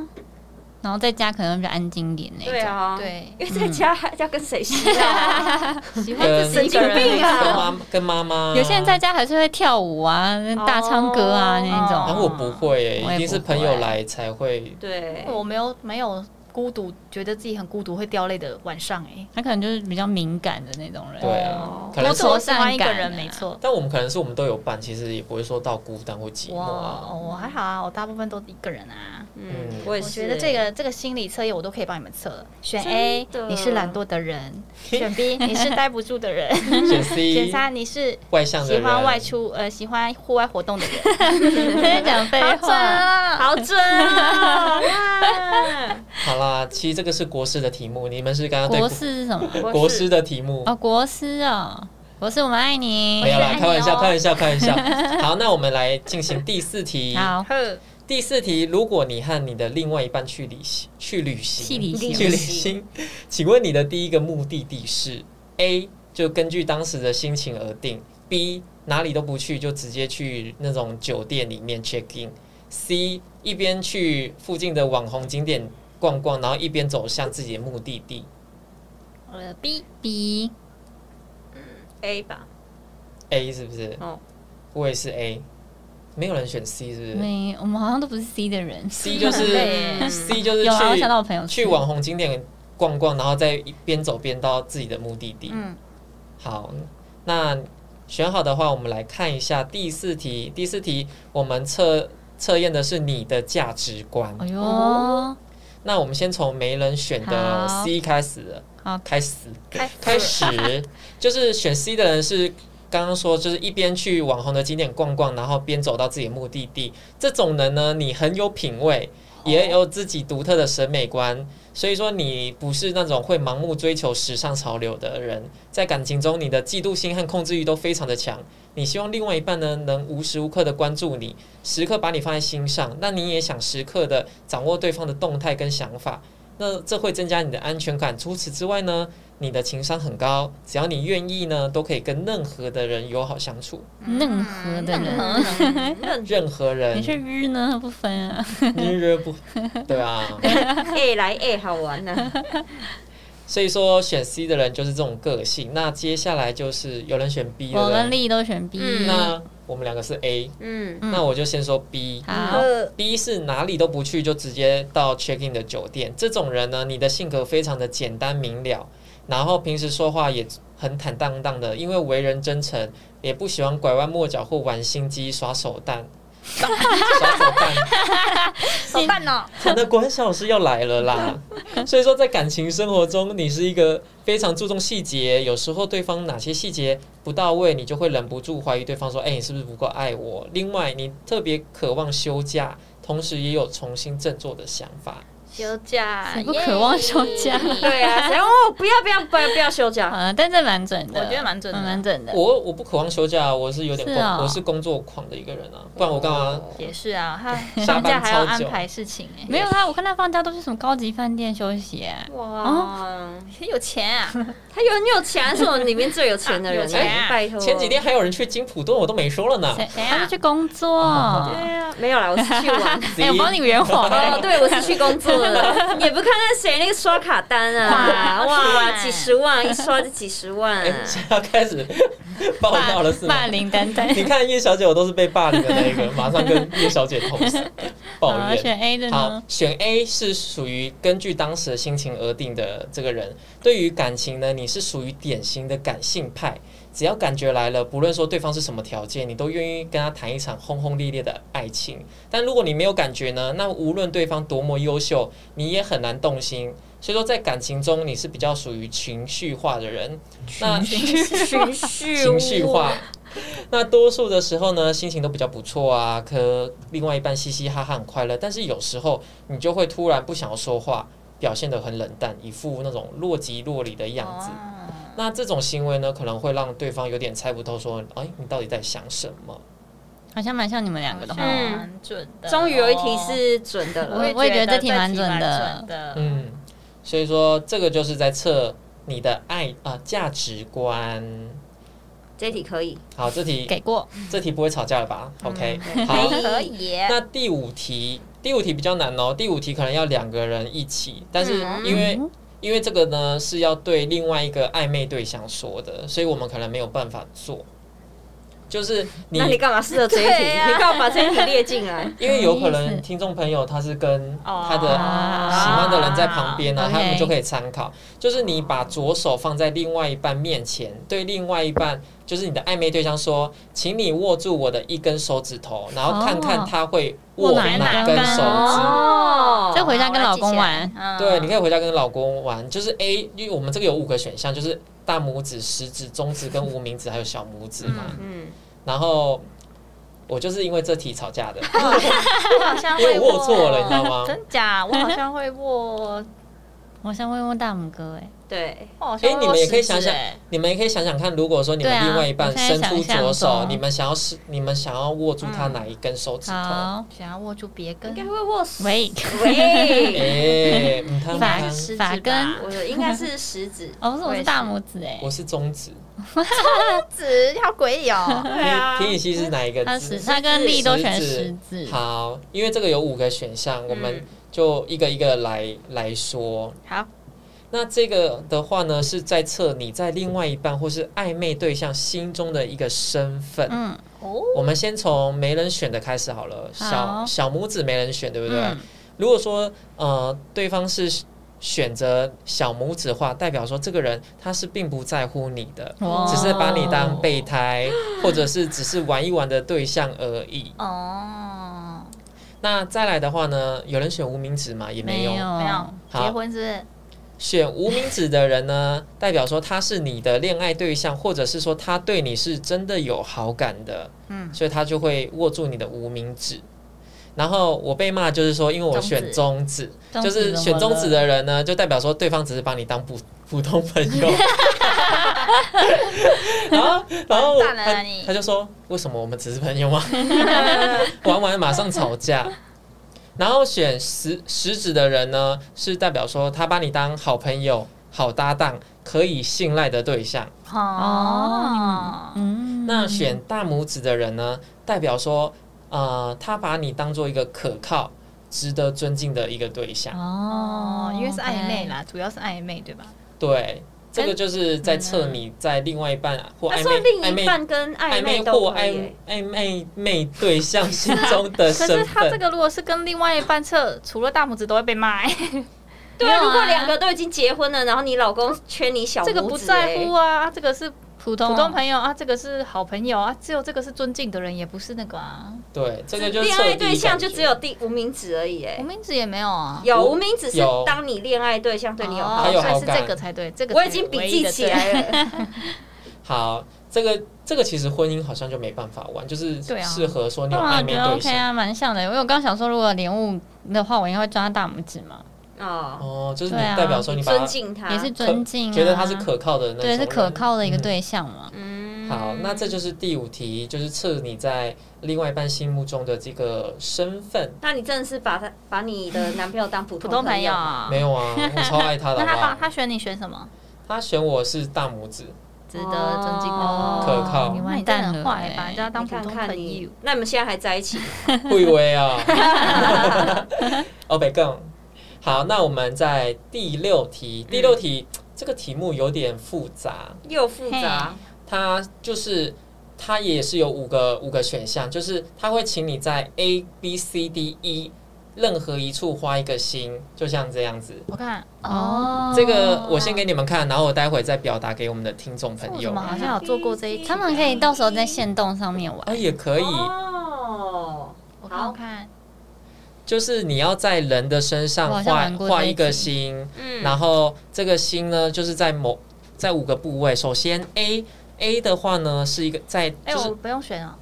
Speaker 4: 然后在家可能比较安静一点那种。
Speaker 3: 对啊，，
Speaker 2: 对，
Speaker 3: 因为在家还要跟谁洗啊？
Speaker 2: 喜欢
Speaker 1: 跟
Speaker 2: 自己
Speaker 3: 神
Speaker 2: 一个
Speaker 3: 经病
Speaker 2: 人。
Speaker 3: 啊
Speaker 1: 跟妈跟妈妈，
Speaker 4: 有些人在家还是会跳舞啊，大唱歌啊
Speaker 3: 哦
Speaker 4: 那
Speaker 1: 然
Speaker 4: 种。
Speaker 1: 后我不会、欸，
Speaker 4: 我
Speaker 1: 一
Speaker 4: 也
Speaker 1: 定是
Speaker 4: 不会
Speaker 1: 朋友来才会。
Speaker 3: 对，
Speaker 2: [laughs] 我没有没有孤独，觉得自己很孤独会掉泪的晚上哎。
Speaker 4: 他可能就是比较敏感的那种人。
Speaker 1: 对啊
Speaker 3: 哦，
Speaker 1: 可能
Speaker 4: 我
Speaker 1: 是
Speaker 4: 走
Speaker 2: 我喜欢一个
Speaker 4: 愁善
Speaker 2: 人，
Speaker 4: 感啊
Speaker 2: 没错。
Speaker 1: 但我们可能是我们都有伴，其实也不会说到孤单或寂寞
Speaker 2: 我
Speaker 4: 哦
Speaker 1: 啊。
Speaker 2: 我还好啊，我大部分都一个人啊。
Speaker 3: 嗯，我
Speaker 2: 我
Speaker 3: 也是。
Speaker 2: 觉得这个这个心理测验我都可以帮你们测了。选 A，
Speaker 3: 真的
Speaker 2: 你是懒惰的人；选 B，你是待不住的人；
Speaker 1: 选
Speaker 2: 选
Speaker 4: [laughs]
Speaker 1: C
Speaker 2: 三，你是
Speaker 1: 外向嗯的
Speaker 2: 喜
Speaker 1: 人，
Speaker 2: 欢外出呃喜欢户外活动的人。
Speaker 4: 在讲废
Speaker 2: 好准
Speaker 4: 话。
Speaker 2: 啊！
Speaker 3: 好准啊！哇
Speaker 1: 好啦，其实这个是国师的题目，你们是刚刚对
Speaker 4: 国师是什么？
Speaker 1: 国
Speaker 3: 国
Speaker 1: 国
Speaker 3: 师
Speaker 1: 师的题目。
Speaker 4: 哦，国师哦，国师我们爱你。
Speaker 1: 没有啦，
Speaker 2: 我
Speaker 1: 开玩
Speaker 4: 哎
Speaker 1: 笑，
Speaker 2: 是
Speaker 1: 开
Speaker 2: 爱
Speaker 1: 玩笑，开玩笑。
Speaker 4: [laughs]
Speaker 1: 好，那我们来进行第四题。
Speaker 4: 哦好，
Speaker 2: 呵
Speaker 1: 第四题，如果你和你的另外一半去旅行，去旅行，
Speaker 4: 去旅行
Speaker 1: 去旅行，请问你的第一个目的地是 A，就根据当时的心情而定；B，哪里都不去，就直接去那种酒店里面 check in；C，一边去附近的网红景点逛逛，然后一边走向自己的目的地。
Speaker 2: 呃 B，
Speaker 4: B
Speaker 3: A 吧，
Speaker 1: A 是不是？
Speaker 3: 哦，
Speaker 1: 我也是 A，没有人选 C 是不是？
Speaker 4: 没，我们好像都不是 C 的人。
Speaker 1: C 就是
Speaker 2: 很累耶
Speaker 1: C 就是去
Speaker 4: 有啊，我想到我朋友
Speaker 1: 去
Speaker 4: 是
Speaker 1: 网红景点逛逛，然后再一边走边到自己的目的地。
Speaker 4: 嗯，
Speaker 1: 好，那选好的话，我们来看一下第四题。第四题我们测测验的是你的价值观。
Speaker 4: 哎呦，
Speaker 3: 哦
Speaker 1: 那我们先从没人选的
Speaker 4: 好
Speaker 1: C 开始了
Speaker 4: 好
Speaker 1: 开始
Speaker 2: 开
Speaker 1: 开始，就是选 C 的人是刚刚说，就是一边去网红的景点逛逛，然后边走到自己的目的地，这种人呢，你很有品味，也有自己独特的审美观。所以说，你不是那种会盲目追求时尚潮流的人，在感情中，你的嫉妒心和控制欲都非常的强。你希望另外一半呢，能无时无刻的关注你，时刻把你放在心上，那你也想时刻的掌握对方的动态跟想法，那这会增加你的安全感。除此之外呢，你的情商很高，只要你愿意呢，都可以跟任何的人友好相
Speaker 4: [laughs]
Speaker 1: 处，
Speaker 4: 嫩和的人，
Speaker 2: [laughs]
Speaker 3: 嗯嫩
Speaker 1: 任何人
Speaker 4: 你，是日呢不分啊？
Speaker 1: 你惹不， [laughs] 对啊。
Speaker 3: A 来 A 好玩啊呢、
Speaker 1: 所以说选 C 的人就是这种个性。那接下来就是有人选 B
Speaker 4: 我
Speaker 1: 了
Speaker 4: 跟，丽都选 B，
Speaker 3: 嗯
Speaker 1: 那我们两个是 A，、
Speaker 3: 嗯，
Speaker 4: 嗯
Speaker 1: 那我就先说 B。
Speaker 4: 好，
Speaker 3: 呃，
Speaker 1: B 是哪里都不去，就直接到 check in 的酒店。这种人呢，你的性格非常的简单明了，然后平时说话也很坦荡荡的，因为为人真诚，也不喜欢拐弯抹角或玩心机、耍手段。 [laughs] 耍手段，
Speaker 2: 怎么办呢？
Speaker 1: 我的管小师要来了啦！所以说，在感情生活中，你是一个非常注重细节，有时候对方哪些细节不到位，你就会忍不住怀疑对方说：“哎、你是不是不够爱我？”另外，你特别渴望休假，同时也有重新振作的想法。
Speaker 2: 休假，
Speaker 4: 谁不
Speaker 2: 耶
Speaker 4: 渴望休假
Speaker 3: 对啊，然后不要不要不要不要休假，
Speaker 4: 好了，但这蛮准的，
Speaker 2: 我觉得蛮准的
Speaker 4: 嗯蛮准的。
Speaker 1: 我我不渴望休假，我是有点
Speaker 4: 是
Speaker 1: 工，
Speaker 4: 哦
Speaker 1: 我是工作狂的一个人啊，不然我干嘛？
Speaker 2: 也是啊，他
Speaker 1: 下
Speaker 2: 放
Speaker 1: 班
Speaker 2: 假还要
Speaker 1: 超
Speaker 2: 安
Speaker 1: 久
Speaker 2: 排事情哎、
Speaker 4: 没有啊，我看他放假都是什么高级饭店休息
Speaker 1: 哦
Speaker 4: 啊、
Speaker 3: 哇，
Speaker 2: 很有钱啊，
Speaker 3: 他有很有钱，他是我们里面最有钱的人
Speaker 2: [laughs] 有，钱啊
Speaker 3: 拜托。
Speaker 1: 前几天还有人去金普顿，我都没说了呢。
Speaker 4: 谁
Speaker 2: 谁啊
Speaker 4: 他是去工作。
Speaker 1: [laughs]
Speaker 3: 对
Speaker 1: 哦
Speaker 3: 啊，没有啦，我是去玩。
Speaker 4: 哎、我帮你圆谎、
Speaker 3: 哦，
Speaker 1: [laughs]
Speaker 4: 哎
Speaker 3: 对，我是去工作的，也不看看谁那个刷卡单啊，
Speaker 2: 哇
Speaker 3: 哇，几十万一刷就几十万
Speaker 1: 哎，，现在要开始爆料了是吗？
Speaker 4: 霸凌丹丹。
Speaker 1: [laughs] 你看叶小姐，我都是被霸凌的那一
Speaker 4: [laughs]
Speaker 1: 个，马上跟叶小姐投诉抱
Speaker 4: 好，
Speaker 1: 怨。
Speaker 4: 选 A 的
Speaker 1: 好
Speaker 4: 呢？，
Speaker 1: 选 A 是属于根据当时的心情而定的这个人。对于感情呢，你是属于典型的感性派，只要感觉来了，不论说对方是什么条件，你都愿意跟他谈一场轰轰烈烈的爱情。但如果你没有感觉呢，那无论对方多么优秀，你也很难动心。所以说，在感情中你是比较属于情绪化的人。那
Speaker 3: 情绪
Speaker 1: 情绪化。那多数的时候呢，心情都比较不错啊，可另外一半嘻嘻哈哈很快乐，但是有时候你就会突然不想要说话，表现得很冷淡，一副那种若即若离的样子。
Speaker 2: 哦
Speaker 1: 那这种行为呢，可能会让对方有点猜不透，说，哎，你到底在想什么？
Speaker 4: 好像蛮像你们两个的哈。
Speaker 3: 嗯
Speaker 2: 蛮准的。
Speaker 3: 终于有一题，是准的
Speaker 2: 呃
Speaker 4: 我
Speaker 3: 了，
Speaker 4: 也觉得这题蛮准
Speaker 2: 准
Speaker 4: 的
Speaker 2: 的
Speaker 1: 嗯，所以说这个就是在测你的爱啊、价值观。
Speaker 3: 这题可以，
Speaker 1: 好，这题
Speaker 4: 给过，
Speaker 1: 这题不会吵架了吧？OK，、好，
Speaker 2: 可以。
Speaker 1: 那第五题，第五题比较难哦。第五题可能要两个人一起，但是
Speaker 2: 嗯
Speaker 1: 因为、因为这个呢是要对另外一个暧昧对象说的，所以我们可能没有办法做。就是你
Speaker 3: 那，你干嘛试了这一题？
Speaker 2: 对啊
Speaker 3: 你干嘛把这一题列
Speaker 1: [laughs]
Speaker 3: 进来？
Speaker 1: 因为有可
Speaker 4: 什么意
Speaker 1: 能
Speaker 4: 思
Speaker 1: 听众朋友他是跟
Speaker 2: 哦
Speaker 1: 他的喜欢的人在旁边呢，
Speaker 4: OK
Speaker 1: 他们就可以参考。就是你把左手放在另外一半面前，对另外一半，就是你的暧昧对象说，请你握住我的一根手指头，然后看看
Speaker 4: 哦
Speaker 1: 他会
Speaker 4: 握
Speaker 1: 握
Speaker 4: 哪
Speaker 1: 哪
Speaker 4: 一
Speaker 1: 根
Speaker 4: 根
Speaker 1: 手指。
Speaker 3: 哦
Speaker 4: 这回家跟老公玩
Speaker 2: 嗯
Speaker 1: 对，
Speaker 2: [laughs]
Speaker 1: 你可以回家跟老公玩。就是 A，因为我们这个有五个选项，就是大拇指、食指、中指跟无名指，还有小拇指嘛。
Speaker 3: 嗯，
Speaker 1: 然后我就是因为这题吵架
Speaker 4: [laughs]
Speaker 1: 的，
Speaker 2: 我好像
Speaker 1: 因为
Speaker 2: 会
Speaker 1: 我握错了，你知道吗？
Speaker 2: 真假？我好像会握，
Speaker 4: 我想问问大拇哥、哎，
Speaker 3: 对，
Speaker 2: 我好像
Speaker 1: 哎，
Speaker 2: 会握
Speaker 1: 你们也可以想
Speaker 2: 食指
Speaker 4: 哦
Speaker 1: 想
Speaker 2: 哎，
Speaker 1: 你们也可以想想看，如果说你们
Speaker 4: 对啊
Speaker 1: 另外一半
Speaker 4: 我现在
Speaker 1: 伸出
Speaker 4: 想象
Speaker 1: 左手，
Speaker 4: 中
Speaker 1: 你们想要是你们想要握住他哪一根手指头？
Speaker 4: 嗯好，
Speaker 2: 想要握住别
Speaker 3: 应
Speaker 2: 根
Speaker 3: 该，会握手。
Speaker 4: 喂，
Speaker 1: 哎，
Speaker 3: 喂，
Speaker 1: 你看
Speaker 4: 法
Speaker 1: 看，
Speaker 2: 食指
Speaker 4: 法
Speaker 2: 吧
Speaker 4: 根
Speaker 3: 我应该是食指。
Speaker 4: 哦，是我是大拇指、
Speaker 1: 我是中指，
Speaker 2: [laughs] 指好诡异
Speaker 4: [laughs]
Speaker 2: 哦。
Speaker 3: 对啊
Speaker 1: 田雨希是哪一个
Speaker 4: 哎，他
Speaker 1: 字
Speaker 4: 十，？他跟丽都选
Speaker 1: 食
Speaker 4: 十
Speaker 1: 指
Speaker 4: 字，
Speaker 1: 好，因为这个有五个选项，我们
Speaker 3: 嗯
Speaker 1: 就一个一个来来说。
Speaker 2: 好，
Speaker 1: 那这个的话呢，是在测你在另外一半或是暧昧对象心中的一个身份。
Speaker 4: 嗯，
Speaker 2: 哦，
Speaker 1: 我们先从没人选的开始好了，小
Speaker 4: 好
Speaker 1: 小拇指没人选，对不对？
Speaker 4: 嗯
Speaker 1: 如果说呃对方是选择小拇指的话，代表说这个人他是并不在乎你的，
Speaker 4: 哦
Speaker 1: 只是把你当备胎，或者是只是玩一玩的对象而已。
Speaker 2: 哦，
Speaker 4: 哦
Speaker 1: 那再来的话呢，有人选无名指吗？也没有。
Speaker 2: 没有，
Speaker 1: 好
Speaker 2: 结婚是不是
Speaker 1: 选无名指的人呢， [laughs] 代表说他是你的恋爱对象，或者是说他对你是真的有好感的，
Speaker 2: 嗯，
Speaker 1: 所以他就会握住你的无名指。然后我被骂就是说，因为我选中指，
Speaker 4: 中
Speaker 1: 就
Speaker 4: 指
Speaker 1: 是选中指的人呢，就代表说对方只是把你当普普通朋友。 [laughs] 然后，然后
Speaker 2: 完蛋了
Speaker 1: 他
Speaker 2: 你
Speaker 1: 他就说，为什么我们只是朋友吗？玩完马上吵架。然后选食食指的人呢，是代表说他把你当好朋友、好搭档、可以信赖的对象。
Speaker 2: 哦，
Speaker 4: 嗯
Speaker 1: 那选大拇指的人呢，代表说，呃，他把你当做一个可靠、值得尊敬的一个对象。
Speaker 4: 哦
Speaker 2: 哦，，因为是暧昧啦，主要是暧昧对吧？
Speaker 1: 对，这个就是在测你在另外一半啊或
Speaker 3: 他
Speaker 1: 暧
Speaker 3: 说
Speaker 1: 昧、
Speaker 3: 另
Speaker 1: 暧
Speaker 3: 一
Speaker 1: 昧、
Speaker 3: 半跟暧
Speaker 1: 暧昧
Speaker 3: 昧都
Speaker 1: 或
Speaker 3: 可以
Speaker 1: 暧
Speaker 3: 耶，
Speaker 1: 暧昧昧对象心中的
Speaker 2: [laughs] 可是
Speaker 1: 身
Speaker 2: 他这
Speaker 1: 份。
Speaker 2: 个如果是跟另外一半测，除了大拇指都会
Speaker 1: [laughs]
Speaker 2: 被骂、欸，
Speaker 3: 对
Speaker 4: 没
Speaker 3: 啊， [laughs]
Speaker 4: 有
Speaker 3: 如
Speaker 4: 啊
Speaker 3: 果两个都已经结婚了，然后你老公圈你小拇指哎
Speaker 2: 这
Speaker 3: 耶，
Speaker 2: 个不在乎啊，
Speaker 1: 欸
Speaker 2: 这个是
Speaker 4: 普通
Speaker 2: 普通朋友啊，这个是好朋友啊，只有这个是尊敬的人，也不是那个啊，
Speaker 1: 对，这个就
Speaker 3: 恋
Speaker 1: 彻
Speaker 3: 爱
Speaker 1: 底
Speaker 3: 对象
Speaker 1: 感
Speaker 3: 就
Speaker 1: 觉
Speaker 3: 只有第无名指而已，
Speaker 4: 无
Speaker 3: 哎，
Speaker 4: 名指也没有啊，
Speaker 3: 有
Speaker 1: 我
Speaker 3: 无名指是
Speaker 1: 有
Speaker 3: 当你恋爱对象对你有好
Speaker 1: 他
Speaker 3: 感
Speaker 1: 有，
Speaker 2: 哦所以是
Speaker 1: 好感
Speaker 2: 这个才对，这个
Speaker 3: 我
Speaker 2: 才
Speaker 3: 已经笔
Speaker 2: 唯一
Speaker 3: 记
Speaker 2: 的
Speaker 3: 起
Speaker 2: 对
Speaker 3: 来了，
Speaker 1: 好，这个这个其实婚姻好像就没办法玩，就是
Speaker 2: 对啊
Speaker 1: 适合说你
Speaker 4: 对
Speaker 1: 有
Speaker 4: 啊，
Speaker 1: 暧
Speaker 4: 我
Speaker 1: 昧
Speaker 4: 觉得
Speaker 1: 对
Speaker 4: OK
Speaker 1: 象。
Speaker 4: 啊，蛮像的。因为我刚想说，如果莲雾的话，我应该会抓大拇指嘛，
Speaker 1: [laughs]
Speaker 3: 哦，
Speaker 1: 哦，就是你
Speaker 4: 对啊
Speaker 1: 代表说你把
Speaker 3: 尊
Speaker 1: 他
Speaker 3: 敬他
Speaker 4: 也是
Speaker 1: 可
Speaker 4: 尊敬啊，
Speaker 1: 觉得他是可靠的那种
Speaker 4: 对，
Speaker 1: 人，
Speaker 4: 是可靠的一个
Speaker 1: 嗯
Speaker 4: 对象嘛。
Speaker 3: 嗯
Speaker 1: 好，那这就是第五题，就是测你在另外一半心目中的这个身份。
Speaker 3: 那你真的是把他把你的男朋友当普
Speaker 2: 普
Speaker 3: 通
Speaker 2: 通朋
Speaker 3: 朋
Speaker 2: 友
Speaker 3: 友，
Speaker 2: 啊。
Speaker 1: 没有啊，我超爱
Speaker 4: [laughs]
Speaker 1: 他的好
Speaker 2: 那
Speaker 1: 不
Speaker 2: 他帮
Speaker 1: 好？
Speaker 2: 他选你选什么？
Speaker 1: 他选我是大拇指，
Speaker 4: 值得尊敬
Speaker 3: 哦
Speaker 4: 的，
Speaker 1: 可靠
Speaker 4: 你
Speaker 2: 那
Speaker 4: 完
Speaker 2: 你真的
Speaker 4: 蛋
Speaker 2: 很
Speaker 4: 了
Speaker 2: 坏
Speaker 4: 欸，
Speaker 2: 把人家当
Speaker 3: 你
Speaker 2: 普
Speaker 3: 看
Speaker 2: 通
Speaker 3: 看
Speaker 2: 朋
Speaker 3: 你
Speaker 2: 友。，
Speaker 3: 那你们现在还在一
Speaker 2: [laughs]
Speaker 3: 起？
Speaker 1: 不以为啊。 [laughs] 哦，北更好，那我们在第六题，第六题、这个题目有点复杂，
Speaker 3: 又复杂，
Speaker 1: 它就是它也是有五个五个选项，就是它会请你在 A B C D E 任何一处画一个心，就像这样子。
Speaker 2: 我看
Speaker 4: 哦
Speaker 1: 这个我先给你们看，然后我待会再表达给我们的听众朋
Speaker 2: 我
Speaker 1: 友
Speaker 2: 怎么。好像有做过这一题啊，
Speaker 4: 他们可以到时候在线动上面玩
Speaker 1: 啊，。也可以，
Speaker 3: 哦，
Speaker 2: 我看我看，
Speaker 1: 就是你要在人的身
Speaker 4: 我
Speaker 1: 上
Speaker 4: 好像
Speaker 1: 画
Speaker 4: 玩过
Speaker 1: 画
Speaker 4: 这一
Speaker 1: 一个
Speaker 4: 题
Speaker 1: 心，
Speaker 3: 嗯，
Speaker 1: 然后这个心呢，就是在某在五个部位。首先 A A 的话呢，是一个在，
Speaker 2: 哎，
Speaker 1: 就是
Speaker 2: 我不用选啊，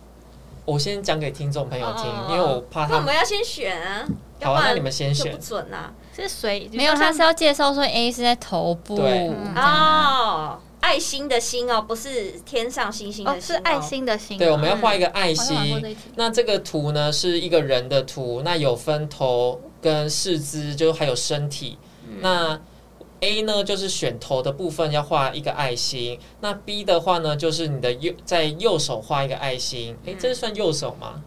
Speaker 1: 我先讲给听众朋友听
Speaker 3: 哦哦，哦
Speaker 1: 因为我怕
Speaker 3: 那
Speaker 1: 他
Speaker 3: 我
Speaker 1: 们
Speaker 3: 们要先选啊，
Speaker 1: 好
Speaker 3: 要不
Speaker 1: 啊，
Speaker 3: 然
Speaker 1: 那你们先
Speaker 3: 就
Speaker 1: 选
Speaker 3: 不。准啊，
Speaker 2: 是谁？
Speaker 4: 没有，
Speaker 2: 就像
Speaker 4: 他是要介绍说 A 是在头部
Speaker 1: 对
Speaker 2: 嗯
Speaker 4: 啊，
Speaker 3: 哦，爱心的心哦，不是天上星星
Speaker 2: 哦，
Speaker 3: 的
Speaker 2: 是
Speaker 3: 星，
Speaker 2: 爱，心的心吗。啊
Speaker 1: 对，我们要画一个爱
Speaker 2: 好像玩过这
Speaker 1: 心。
Speaker 2: 一题。
Speaker 1: 那这个图呢是一个人的图，那有分头跟四肢，就还有身体。
Speaker 3: 嗯
Speaker 1: 那 A 呢就是选头的部分要画一个爱心，那 B 的话呢就是你的右在右手画一个爱心，诶，
Speaker 3: 嗯
Speaker 1: 这是算右手吗？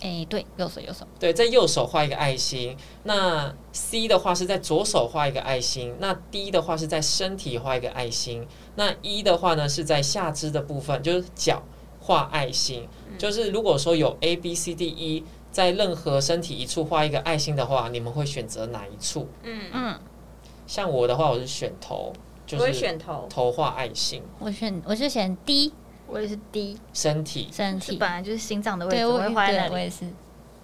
Speaker 4: 哎，对，右手右手，
Speaker 1: 对，在右手画一个爱心。那 C 的话是在左手画一个爱心，那 D 的话是在身体画一个爱心，那 E 的话呢是在下肢的部分，就是脚画爱心。
Speaker 3: 嗯
Speaker 1: 就是如果说有 A B C D E 在任何身体一处画一个爱心的话，你们会选择哪一处？
Speaker 3: 嗯，
Speaker 4: 嗯，
Speaker 1: 像我的话，我是选头，就
Speaker 3: 我会
Speaker 1: 是
Speaker 3: 选头，
Speaker 1: 头画爱心，
Speaker 4: 我选我是选 D
Speaker 2: 我也是 D，
Speaker 1: 身体
Speaker 4: 身
Speaker 2: 是
Speaker 4: 体，
Speaker 2: 本来就是心脏的位置，
Speaker 4: 对
Speaker 2: 我
Speaker 4: 我
Speaker 2: 会画在那
Speaker 4: 对
Speaker 2: 里
Speaker 4: 我。也是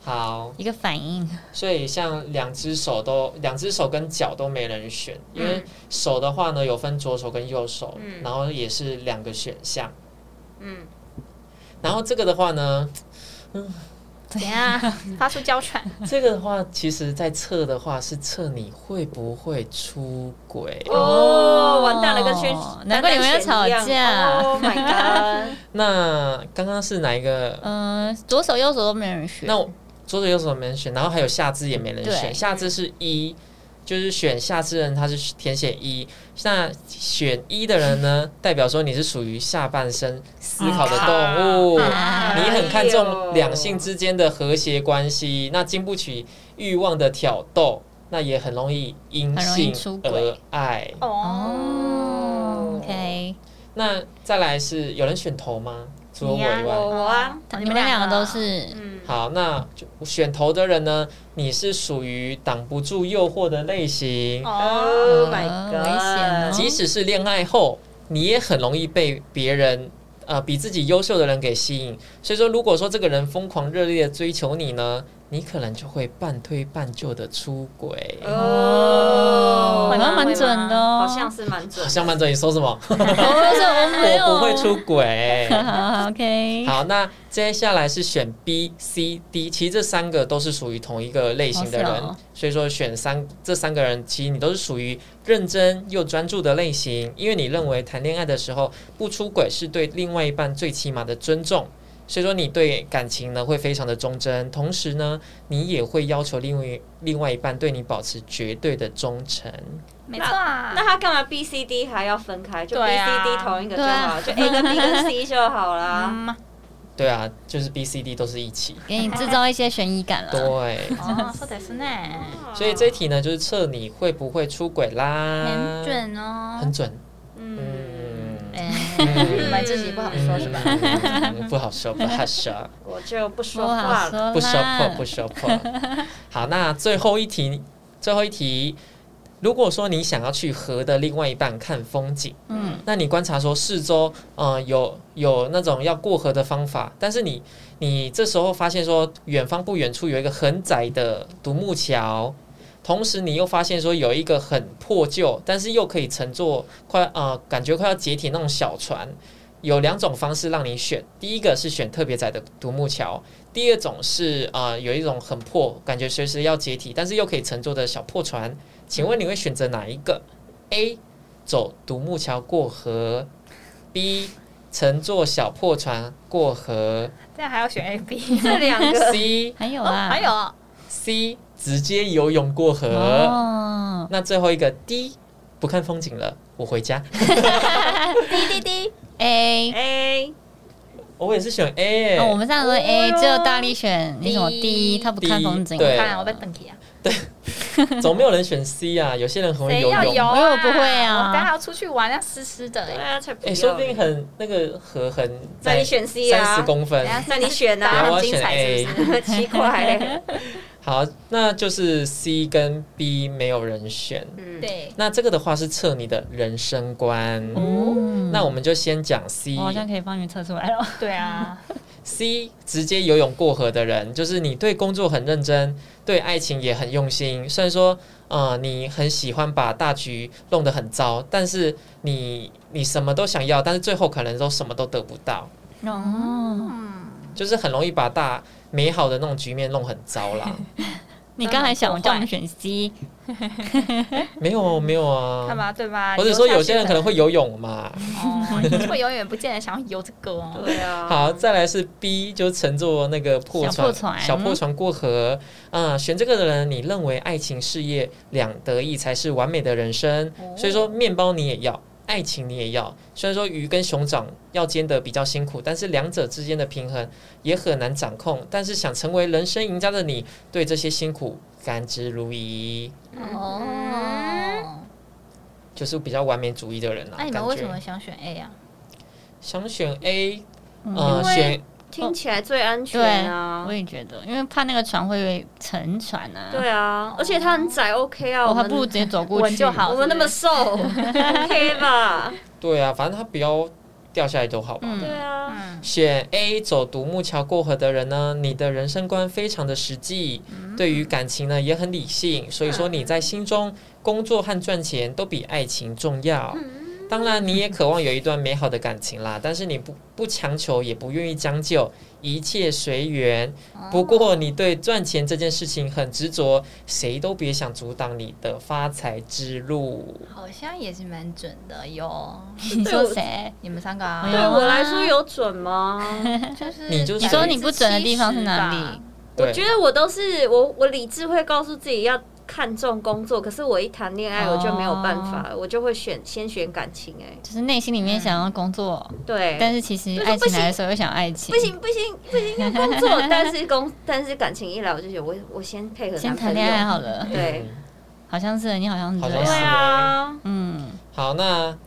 Speaker 1: 好。
Speaker 4: 一个反应，
Speaker 1: 所以像两只手都，两只手跟脚都没人选，因为
Speaker 3: 嗯
Speaker 1: 手的话呢有分左手跟右手，
Speaker 3: 嗯
Speaker 1: 然后也是两个选项。
Speaker 3: 嗯，
Speaker 1: 然后这个的话呢， [laughs]
Speaker 2: 怎样？发出娇喘。
Speaker 1: 这个的话其实在测的话是测你会不会出轨。
Speaker 3: 哦，完蛋了，跟轩
Speaker 4: 嗯哦，难怪你们要吵
Speaker 3: 单
Speaker 4: 架
Speaker 3: 单选一样，Oh
Speaker 1: [laughs]
Speaker 3: my god，
Speaker 1: 那刚刚是哪一个？
Speaker 4: 嗯，左手右手都没人学，
Speaker 1: 那我左手右手没人选，然后还有下肢也没人选，
Speaker 4: 对
Speaker 1: 下肢是一。就是选下肢的人，他是填写一。那选一的人呢，代表说你是属于下半身思考的动
Speaker 3: 嗯
Speaker 1: 物，
Speaker 4: 啊
Speaker 1: 你很看重两性
Speaker 3: 之，
Speaker 1: 之间的和谐关系，那经不起欲望的挑逗，那也很容易因
Speaker 4: 很容
Speaker 1: 性
Speaker 4: 易出轨
Speaker 1: 而爱。
Speaker 4: 哦，OK，
Speaker 1: 那再来是有人选头吗？除了我以
Speaker 2: 你
Speaker 1: 外，
Speaker 2: 啊
Speaker 3: 我啊，
Speaker 2: 哦
Speaker 4: 你们两个都是
Speaker 3: 嗯，
Speaker 1: 好，那就选头的人呢，你是属于挡不住诱惑的类型，
Speaker 2: 哦，
Speaker 3: ，Oh my
Speaker 4: 呃
Speaker 3: god，
Speaker 4: 危险哦
Speaker 1: 即使是恋爱后，你也很容易被别人。呃，比自己优秀的人给吸引，所以说，如果说这个人疯狂热烈的追求你呢，你可能就会半推半就的出轨。
Speaker 3: 哦，
Speaker 4: 嗯好像蛮准的哦
Speaker 3: Oh 好像是蛮准
Speaker 1: 好
Speaker 3: 的。
Speaker 1: 像曼哲，你说什么？
Speaker 4: 就是我没有，
Speaker 1: 我不会出
Speaker 4: [laughs]
Speaker 1: 轨。
Speaker 4: 好，OK，
Speaker 1: 好，那接下来是选 B、C、D，其实这三个都是属于同一个类型的人，
Speaker 4: 哦是哦
Speaker 1: 所以说选三这三个人，其实你都是属于认真又专注的类型，因为你认为谈恋爱的时候不出轨是对另外一半最起码的尊重。所以说你对感情呢会非常的忠贞，同时呢你也会要求另外另外一半对你保持绝对的忠诚。
Speaker 2: 没错啊。
Speaker 3: 那他干嘛 B、C、D 还要分开？就 B、
Speaker 2: 对
Speaker 3: C、
Speaker 2: 啊
Speaker 3: D 同一个就好，就
Speaker 4: 啊
Speaker 3: A 跟 B 跟 C 就好啦。
Speaker 2: 嗯，
Speaker 1: 对啊，就是 B、C、D 都是一
Speaker 4: [laughs]
Speaker 1: 起。
Speaker 4: 给你制造一些悬疑感了。
Speaker 1: 对，
Speaker 2: 哦，说的是呢，
Speaker 3: 哦
Speaker 1: 所以这一题呢就是测你会不会出轨啦。
Speaker 2: 很准哦
Speaker 1: 很。准。
Speaker 3: 嗯，
Speaker 4: 哎，
Speaker 1: 嗯
Speaker 2: 你们自己不好哎说是吧？
Speaker 1: 嗯不好说，不好说，
Speaker 3: 我就不
Speaker 4: 不
Speaker 3: 说话
Speaker 4: 好
Speaker 3: 了。
Speaker 4: 说
Speaker 1: 不说
Speaker 4: 啦
Speaker 1: 破，不说
Speaker 2: [laughs]
Speaker 1: 破。好，那最后一题，最后一题，如果说你想要去河的另外一半看风景，
Speaker 4: 嗯，
Speaker 1: 那你观察说四周，呃，有有那种要过河的方法，但是你你这时候发现说，远方不远处有一个很窄的独木桥，同时你又发现说有一个很破旧，但是又可以乘坐快呃感觉快要解体那种小船。有两种方式让你选，第一个是选特别窄的独木桥，第二种是呃有一种很破，感觉随时要解体，但是又可以乘坐的小破船。请问你会选择哪一个？A 走独木桥过河；B 乘坐小破船过河
Speaker 2: 这样还要选 A B，
Speaker 3: 这两个
Speaker 1: ；C
Speaker 4: 还有
Speaker 2: 哦
Speaker 4: 啊，
Speaker 2: 还有哦
Speaker 1: C 直接游泳过河。
Speaker 4: 哦，
Speaker 1: 那最后一个 D 不看风景了，我回家。
Speaker 2: 滴滴滴，
Speaker 4: A，
Speaker 3: A
Speaker 1: 我也是选 A，、
Speaker 4: 哦，我们上次说 A，
Speaker 3: 哦
Speaker 4: 只有大力选你什么 D，
Speaker 2: D
Speaker 4: 他不看风景，
Speaker 1: 对
Speaker 2: 看我被等起啊！
Speaker 1: 总没有人选 C 啊，有些人很会
Speaker 2: 谁
Speaker 1: 游
Speaker 2: 要
Speaker 1: 泳。
Speaker 2: 游啊？
Speaker 4: 我又不会啊
Speaker 2: 我当然要出去玩，要湿湿的
Speaker 3: 对
Speaker 2: 欸。
Speaker 3: 啊，才不
Speaker 1: 哎、
Speaker 3: 要。
Speaker 1: 说不定很那个河很
Speaker 3: 那
Speaker 1: 在
Speaker 3: 你选 C 啊
Speaker 1: 三十公分。
Speaker 2: 等下
Speaker 3: 那你选
Speaker 1: 等
Speaker 3: 啊，
Speaker 1: 下我
Speaker 3: 很
Speaker 1: 要
Speaker 3: 精
Speaker 1: 选
Speaker 3: 彩是
Speaker 1: A，
Speaker 3: 不是？
Speaker 1: [laughs]
Speaker 3: 奇怪。
Speaker 1: 好，那就是 C 跟 B 没有人选。
Speaker 3: 嗯，
Speaker 2: 对，
Speaker 1: 那这个的话是测你的人生观。
Speaker 4: 嗯哦
Speaker 1: 那我们就先讲 C。
Speaker 4: 我好像可以帮你们测出来了。
Speaker 2: 对啊，
Speaker 1: C 直接游泳过河的人，就是你对工作很认真，对爱情也很用心。虽然说，呃，你很喜欢把大局弄得很糟，但是你你什么都想要，但是最后可能都什么都得不到，
Speaker 4: 哦，
Speaker 2: 嗯，
Speaker 1: 就是很容易把大美好的那种局面弄很糟啦。
Speaker 4: 你刚才想我
Speaker 2: 嗯
Speaker 4: 叫我们选 C，
Speaker 1: 没有没有啊，
Speaker 2: 看吧，对吧？
Speaker 1: 或者说有些人可
Speaker 2: 游
Speaker 1: 能会游泳嘛。
Speaker 2: 下去可能哦，会永远不见得想要游这个哦。
Speaker 3: 对啊。
Speaker 1: 好，再来是 B，就乘坐那个破船，
Speaker 4: 小破船
Speaker 1: 破船过河。嗯，选这个的人，你认为爱情事业两得意才是完美的人生。所以说，面包你也要，爱情你也要。虽然说鱼跟熊掌要煎的比较辛苦，但是两者之间的平衡也很难掌控。但是想成为人生赢家的你，对这些辛苦甘之如饴，
Speaker 3: 嗯
Speaker 2: 哦，
Speaker 1: 就是比较完美主义的人啊。
Speaker 2: 那你
Speaker 1: 感
Speaker 2: 们
Speaker 1: 觉
Speaker 2: 为什么想选 A 啊？
Speaker 1: 想选 A？
Speaker 4: 嗯
Speaker 1: 呃，
Speaker 3: 因为
Speaker 1: 选
Speaker 3: 听起来最安全
Speaker 4: 对
Speaker 3: 啊
Speaker 4: 我。也觉得，因为怕那个船会沉船啊。
Speaker 3: 对啊，而且它很窄，OK 啊，
Speaker 4: 我
Speaker 3: 我
Speaker 4: 还
Speaker 3: 们
Speaker 4: 不如直接走过
Speaker 2: 稳
Speaker 4: 去
Speaker 2: 就好
Speaker 3: 我们那么瘦 [laughs] ，OK 吧？
Speaker 1: 对啊，反正他不要掉下来都好吧。
Speaker 4: 嗯
Speaker 3: 对啊，
Speaker 2: 嗯，
Speaker 1: 选 A 走独木桥过河的人呢，你的人生观非常的实际，
Speaker 3: 嗯
Speaker 1: 对于感情呢也很理性，所以说你在心中工作和赚钱都比爱情重要。
Speaker 3: 嗯
Speaker 1: 当然，你也渴望有一段美好的感情啦，但是你不不强求，也不愿意将就，一切随缘。
Speaker 3: 哦
Speaker 1: 不过，你对赚钱这件事情很执着，谁都别想阻挡你的发财之路。
Speaker 2: 好像也是蛮准的哟。
Speaker 4: 你说谁？
Speaker 2: 你们三个啊
Speaker 4: 哎
Speaker 3: 对
Speaker 4: 呦
Speaker 3: 我来说有准吗？
Speaker 2: 就是
Speaker 1: 你就是
Speaker 4: 你说你不准的地方是哪
Speaker 2: 70吧
Speaker 4: 里？？
Speaker 1: 对
Speaker 3: 我觉得我都是我，我理智会告诉自己要看重工作，可是我一谈恋爱
Speaker 4: 哦
Speaker 3: 我就没有办法，我就会选先选感情、哎，
Speaker 4: 就是内心里面想
Speaker 3: 嗯
Speaker 4: 要工作，
Speaker 3: 对，
Speaker 4: 但是其实
Speaker 3: 就是
Speaker 4: 爱
Speaker 3: 不
Speaker 4: 情
Speaker 3: 行
Speaker 4: 来的时候又想爱情，
Speaker 3: 不行不行不行，要工作，但是工 [laughs] 但是感情一来我就觉得我我先配合
Speaker 4: 先
Speaker 3: 男朋
Speaker 4: 谈
Speaker 3: 友
Speaker 4: 恋爱好了。
Speaker 3: 对
Speaker 1: 嗯
Speaker 4: 好像是你，好像是
Speaker 1: 好
Speaker 4: 这
Speaker 1: 像
Speaker 3: 对
Speaker 1: 是
Speaker 4: 样。
Speaker 3: 啊，
Speaker 4: 嗯，
Speaker 1: 好，那
Speaker 2: 嗯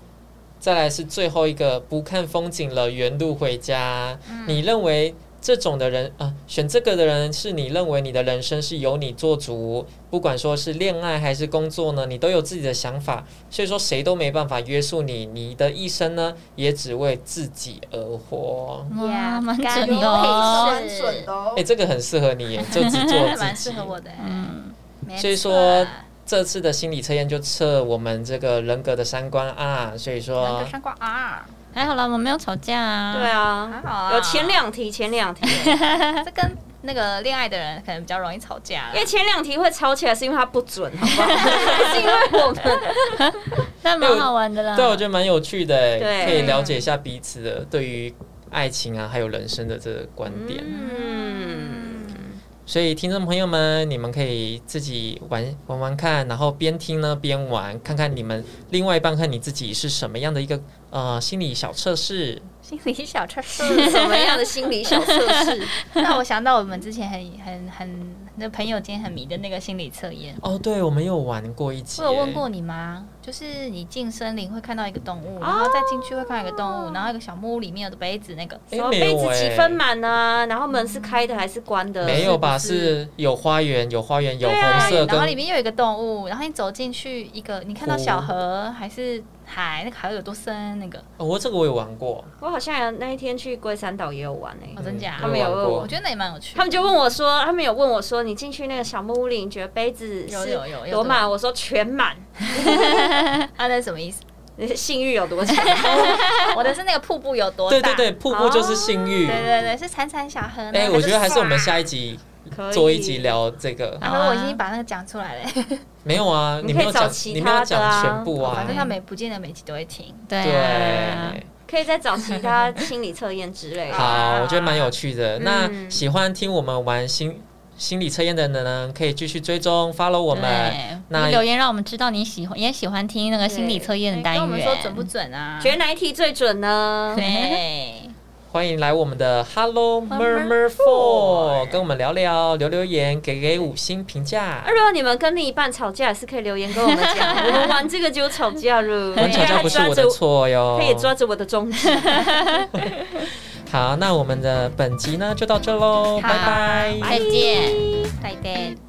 Speaker 1: 再来是最后一个，不看风景了，原路回家。你认为这种的人啊、选这个的人是你认为你的人生是由你做主，不管说是恋爱还是工作呢，你都有自己的想法，所以说谁都没办法约束你，你的一生呢也只为自己而活。
Speaker 2: 嗯
Speaker 4: 哇，蛮
Speaker 2: 干
Speaker 4: 准
Speaker 2: 油
Speaker 4: 的哦。
Speaker 2: 配饰
Speaker 5: 很准的哦
Speaker 1: 哎、。这个很适合
Speaker 2: [laughs]
Speaker 1: 你耶，就只做自
Speaker 2: 蛮
Speaker 1: 己
Speaker 2: 适。合我的、欸。
Speaker 4: 嗯，
Speaker 2: 没
Speaker 1: 所以
Speaker 2: 错
Speaker 1: 说这次的心理测验就测我们这个人格的三观啊，所以
Speaker 2: 两
Speaker 1: 说
Speaker 2: 个。三瓜啊，
Speaker 4: 还好啦，我们没有吵架啊。
Speaker 3: 对，
Speaker 2: 还
Speaker 3: 啊，
Speaker 2: 好啊。
Speaker 3: 有前两题，前两题，哎
Speaker 2: 这跟那个恋爱的人可能比较容易吵架，啊
Speaker 3: 因为前两题会吵起来是因为它不准，好不好？是因为
Speaker 4: [laughs]
Speaker 3: 我们
Speaker 4: 但蛮好玩的
Speaker 2: 嗯
Speaker 4: 啦。
Speaker 1: 对，我觉得蛮有趣的耶，
Speaker 3: 对
Speaker 1: 可以了解一下彼此的对于爱情啊，还有人生的这个观点。
Speaker 3: 嗯，
Speaker 1: 所以听众朋友们，你们可以自己玩玩玩看，然后边听呢边玩，看看你们另外一半和你自己是什么样的一个呃心理小测试。
Speaker 2: 心理小测试。
Speaker 3: [laughs] 是什么样的心理小测试？
Speaker 2: 那我想到我们之前很很很那朋友间很迷的那个心理测验，
Speaker 1: 哦，对，我们有玩过一集
Speaker 2: 我
Speaker 1: 耶，
Speaker 2: 有问过你吗？就是你进森林会看到一个动物，然后再进去会看到一个动
Speaker 1: 哦
Speaker 2: 物，然后一个小木屋里面有杯子那个。
Speaker 1: 诶，
Speaker 3: 什么
Speaker 1: 哎没
Speaker 3: 杯
Speaker 1: 有
Speaker 3: 子几
Speaker 1: 耶
Speaker 3: 分满呢？然后门是开的还是关的？
Speaker 1: 没有吧？
Speaker 3: 是不是
Speaker 1: 是有花园，有花园，有
Speaker 3: 对啊
Speaker 1: 红色
Speaker 2: 对，然后里
Speaker 1: 跟
Speaker 2: 面有一个动物，然后你走进去一个，你看到小河还是海？那个海有多深？那个
Speaker 1: 哦，我这个我有玩过，
Speaker 3: 我好像有那一天去龟山岛也有玩诶、
Speaker 2: 哦，真假？
Speaker 1: 嗯
Speaker 3: 他们有问
Speaker 2: 我
Speaker 1: 我
Speaker 2: 觉得那也蛮有趣的。
Speaker 3: 他们就问我说，他们有问我说，你进去那个小木屋里，你觉得杯子
Speaker 2: 有
Speaker 3: 是
Speaker 2: 有有有
Speaker 3: 多满？我说全
Speaker 2: [laughs]
Speaker 3: 满。
Speaker 2: 啊，那是什
Speaker 1: [laughs]
Speaker 2: 么意思？
Speaker 3: 你的性欲有多强？ [laughs]
Speaker 2: 我的是那个瀑布有多大？哦
Speaker 1: 对对对，瀑布就是性欲。
Speaker 2: 对对对，是潺潺小河呢。
Speaker 1: 哎、我觉得还是我们
Speaker 2: 刷。
Speaker 1: 下一集
Speaker 3: 可以
Speaker 1: 做一集聊这个。
Speaker 2: 然后我已经把那个讲出来了，
Speaker 1: 没有啊，你
Speaker 3: 你可以
Speaker 1: 没有
Speaker 3: 找
Speaker 1: 讲，
Speaker 3: 其
Speaker 1: 你没有
Speaker 3: 他的
Speaker 1: 讲
Speaker 3: 啊
Speaker 1: 全部啊
Speaker 2: 哦反。正他每不见得每集都会听。
Speaker 4: 对啊
Speaker 1: 对，
Speaker 3: 可以再找其他心理测验之类的。
Speaker 1: 好，我觉得蛮有趣的。
Speaker 3: 嗯
Speaker 1: 那喜欢听我们玩心心理测验的人呢，可以继续追踪 follow 我们。
Speaker 4: 对
Speaker 1: 那
Speaker 4: 留言让我们知道你喜欢，也喜欢听那个心理测验的
Speaker 2: 哎跟
Speaker 4: 单元。
Speaker 2: 我们说准不准啊？哎
Speaker 3: 觉得哪一题最准呢？
Speaker 1: [laughs]
Speaker 4: 对，
Speaker 1: 欢迎来我们的 Hello Murmur
Speaker 2: Murmur
Speaker 1: Four，跟我们聊聊，留留言，给给五星评价
Speaker 3: 啊。如果你们跟另一半吵架，也是可以留言跟我们讲。
Speaker 1: [laughs]
Speaker 3: 我们玩这个就吵架了，
Speaker 1: 我们吵架不是我的错哟。
Speaker 3: 可以抓着我的中指。
Speaker 1: 好，那我们的本集呢就到这喽，拜拜。
Speaker 4: 再见。
Speaker 2: 再见。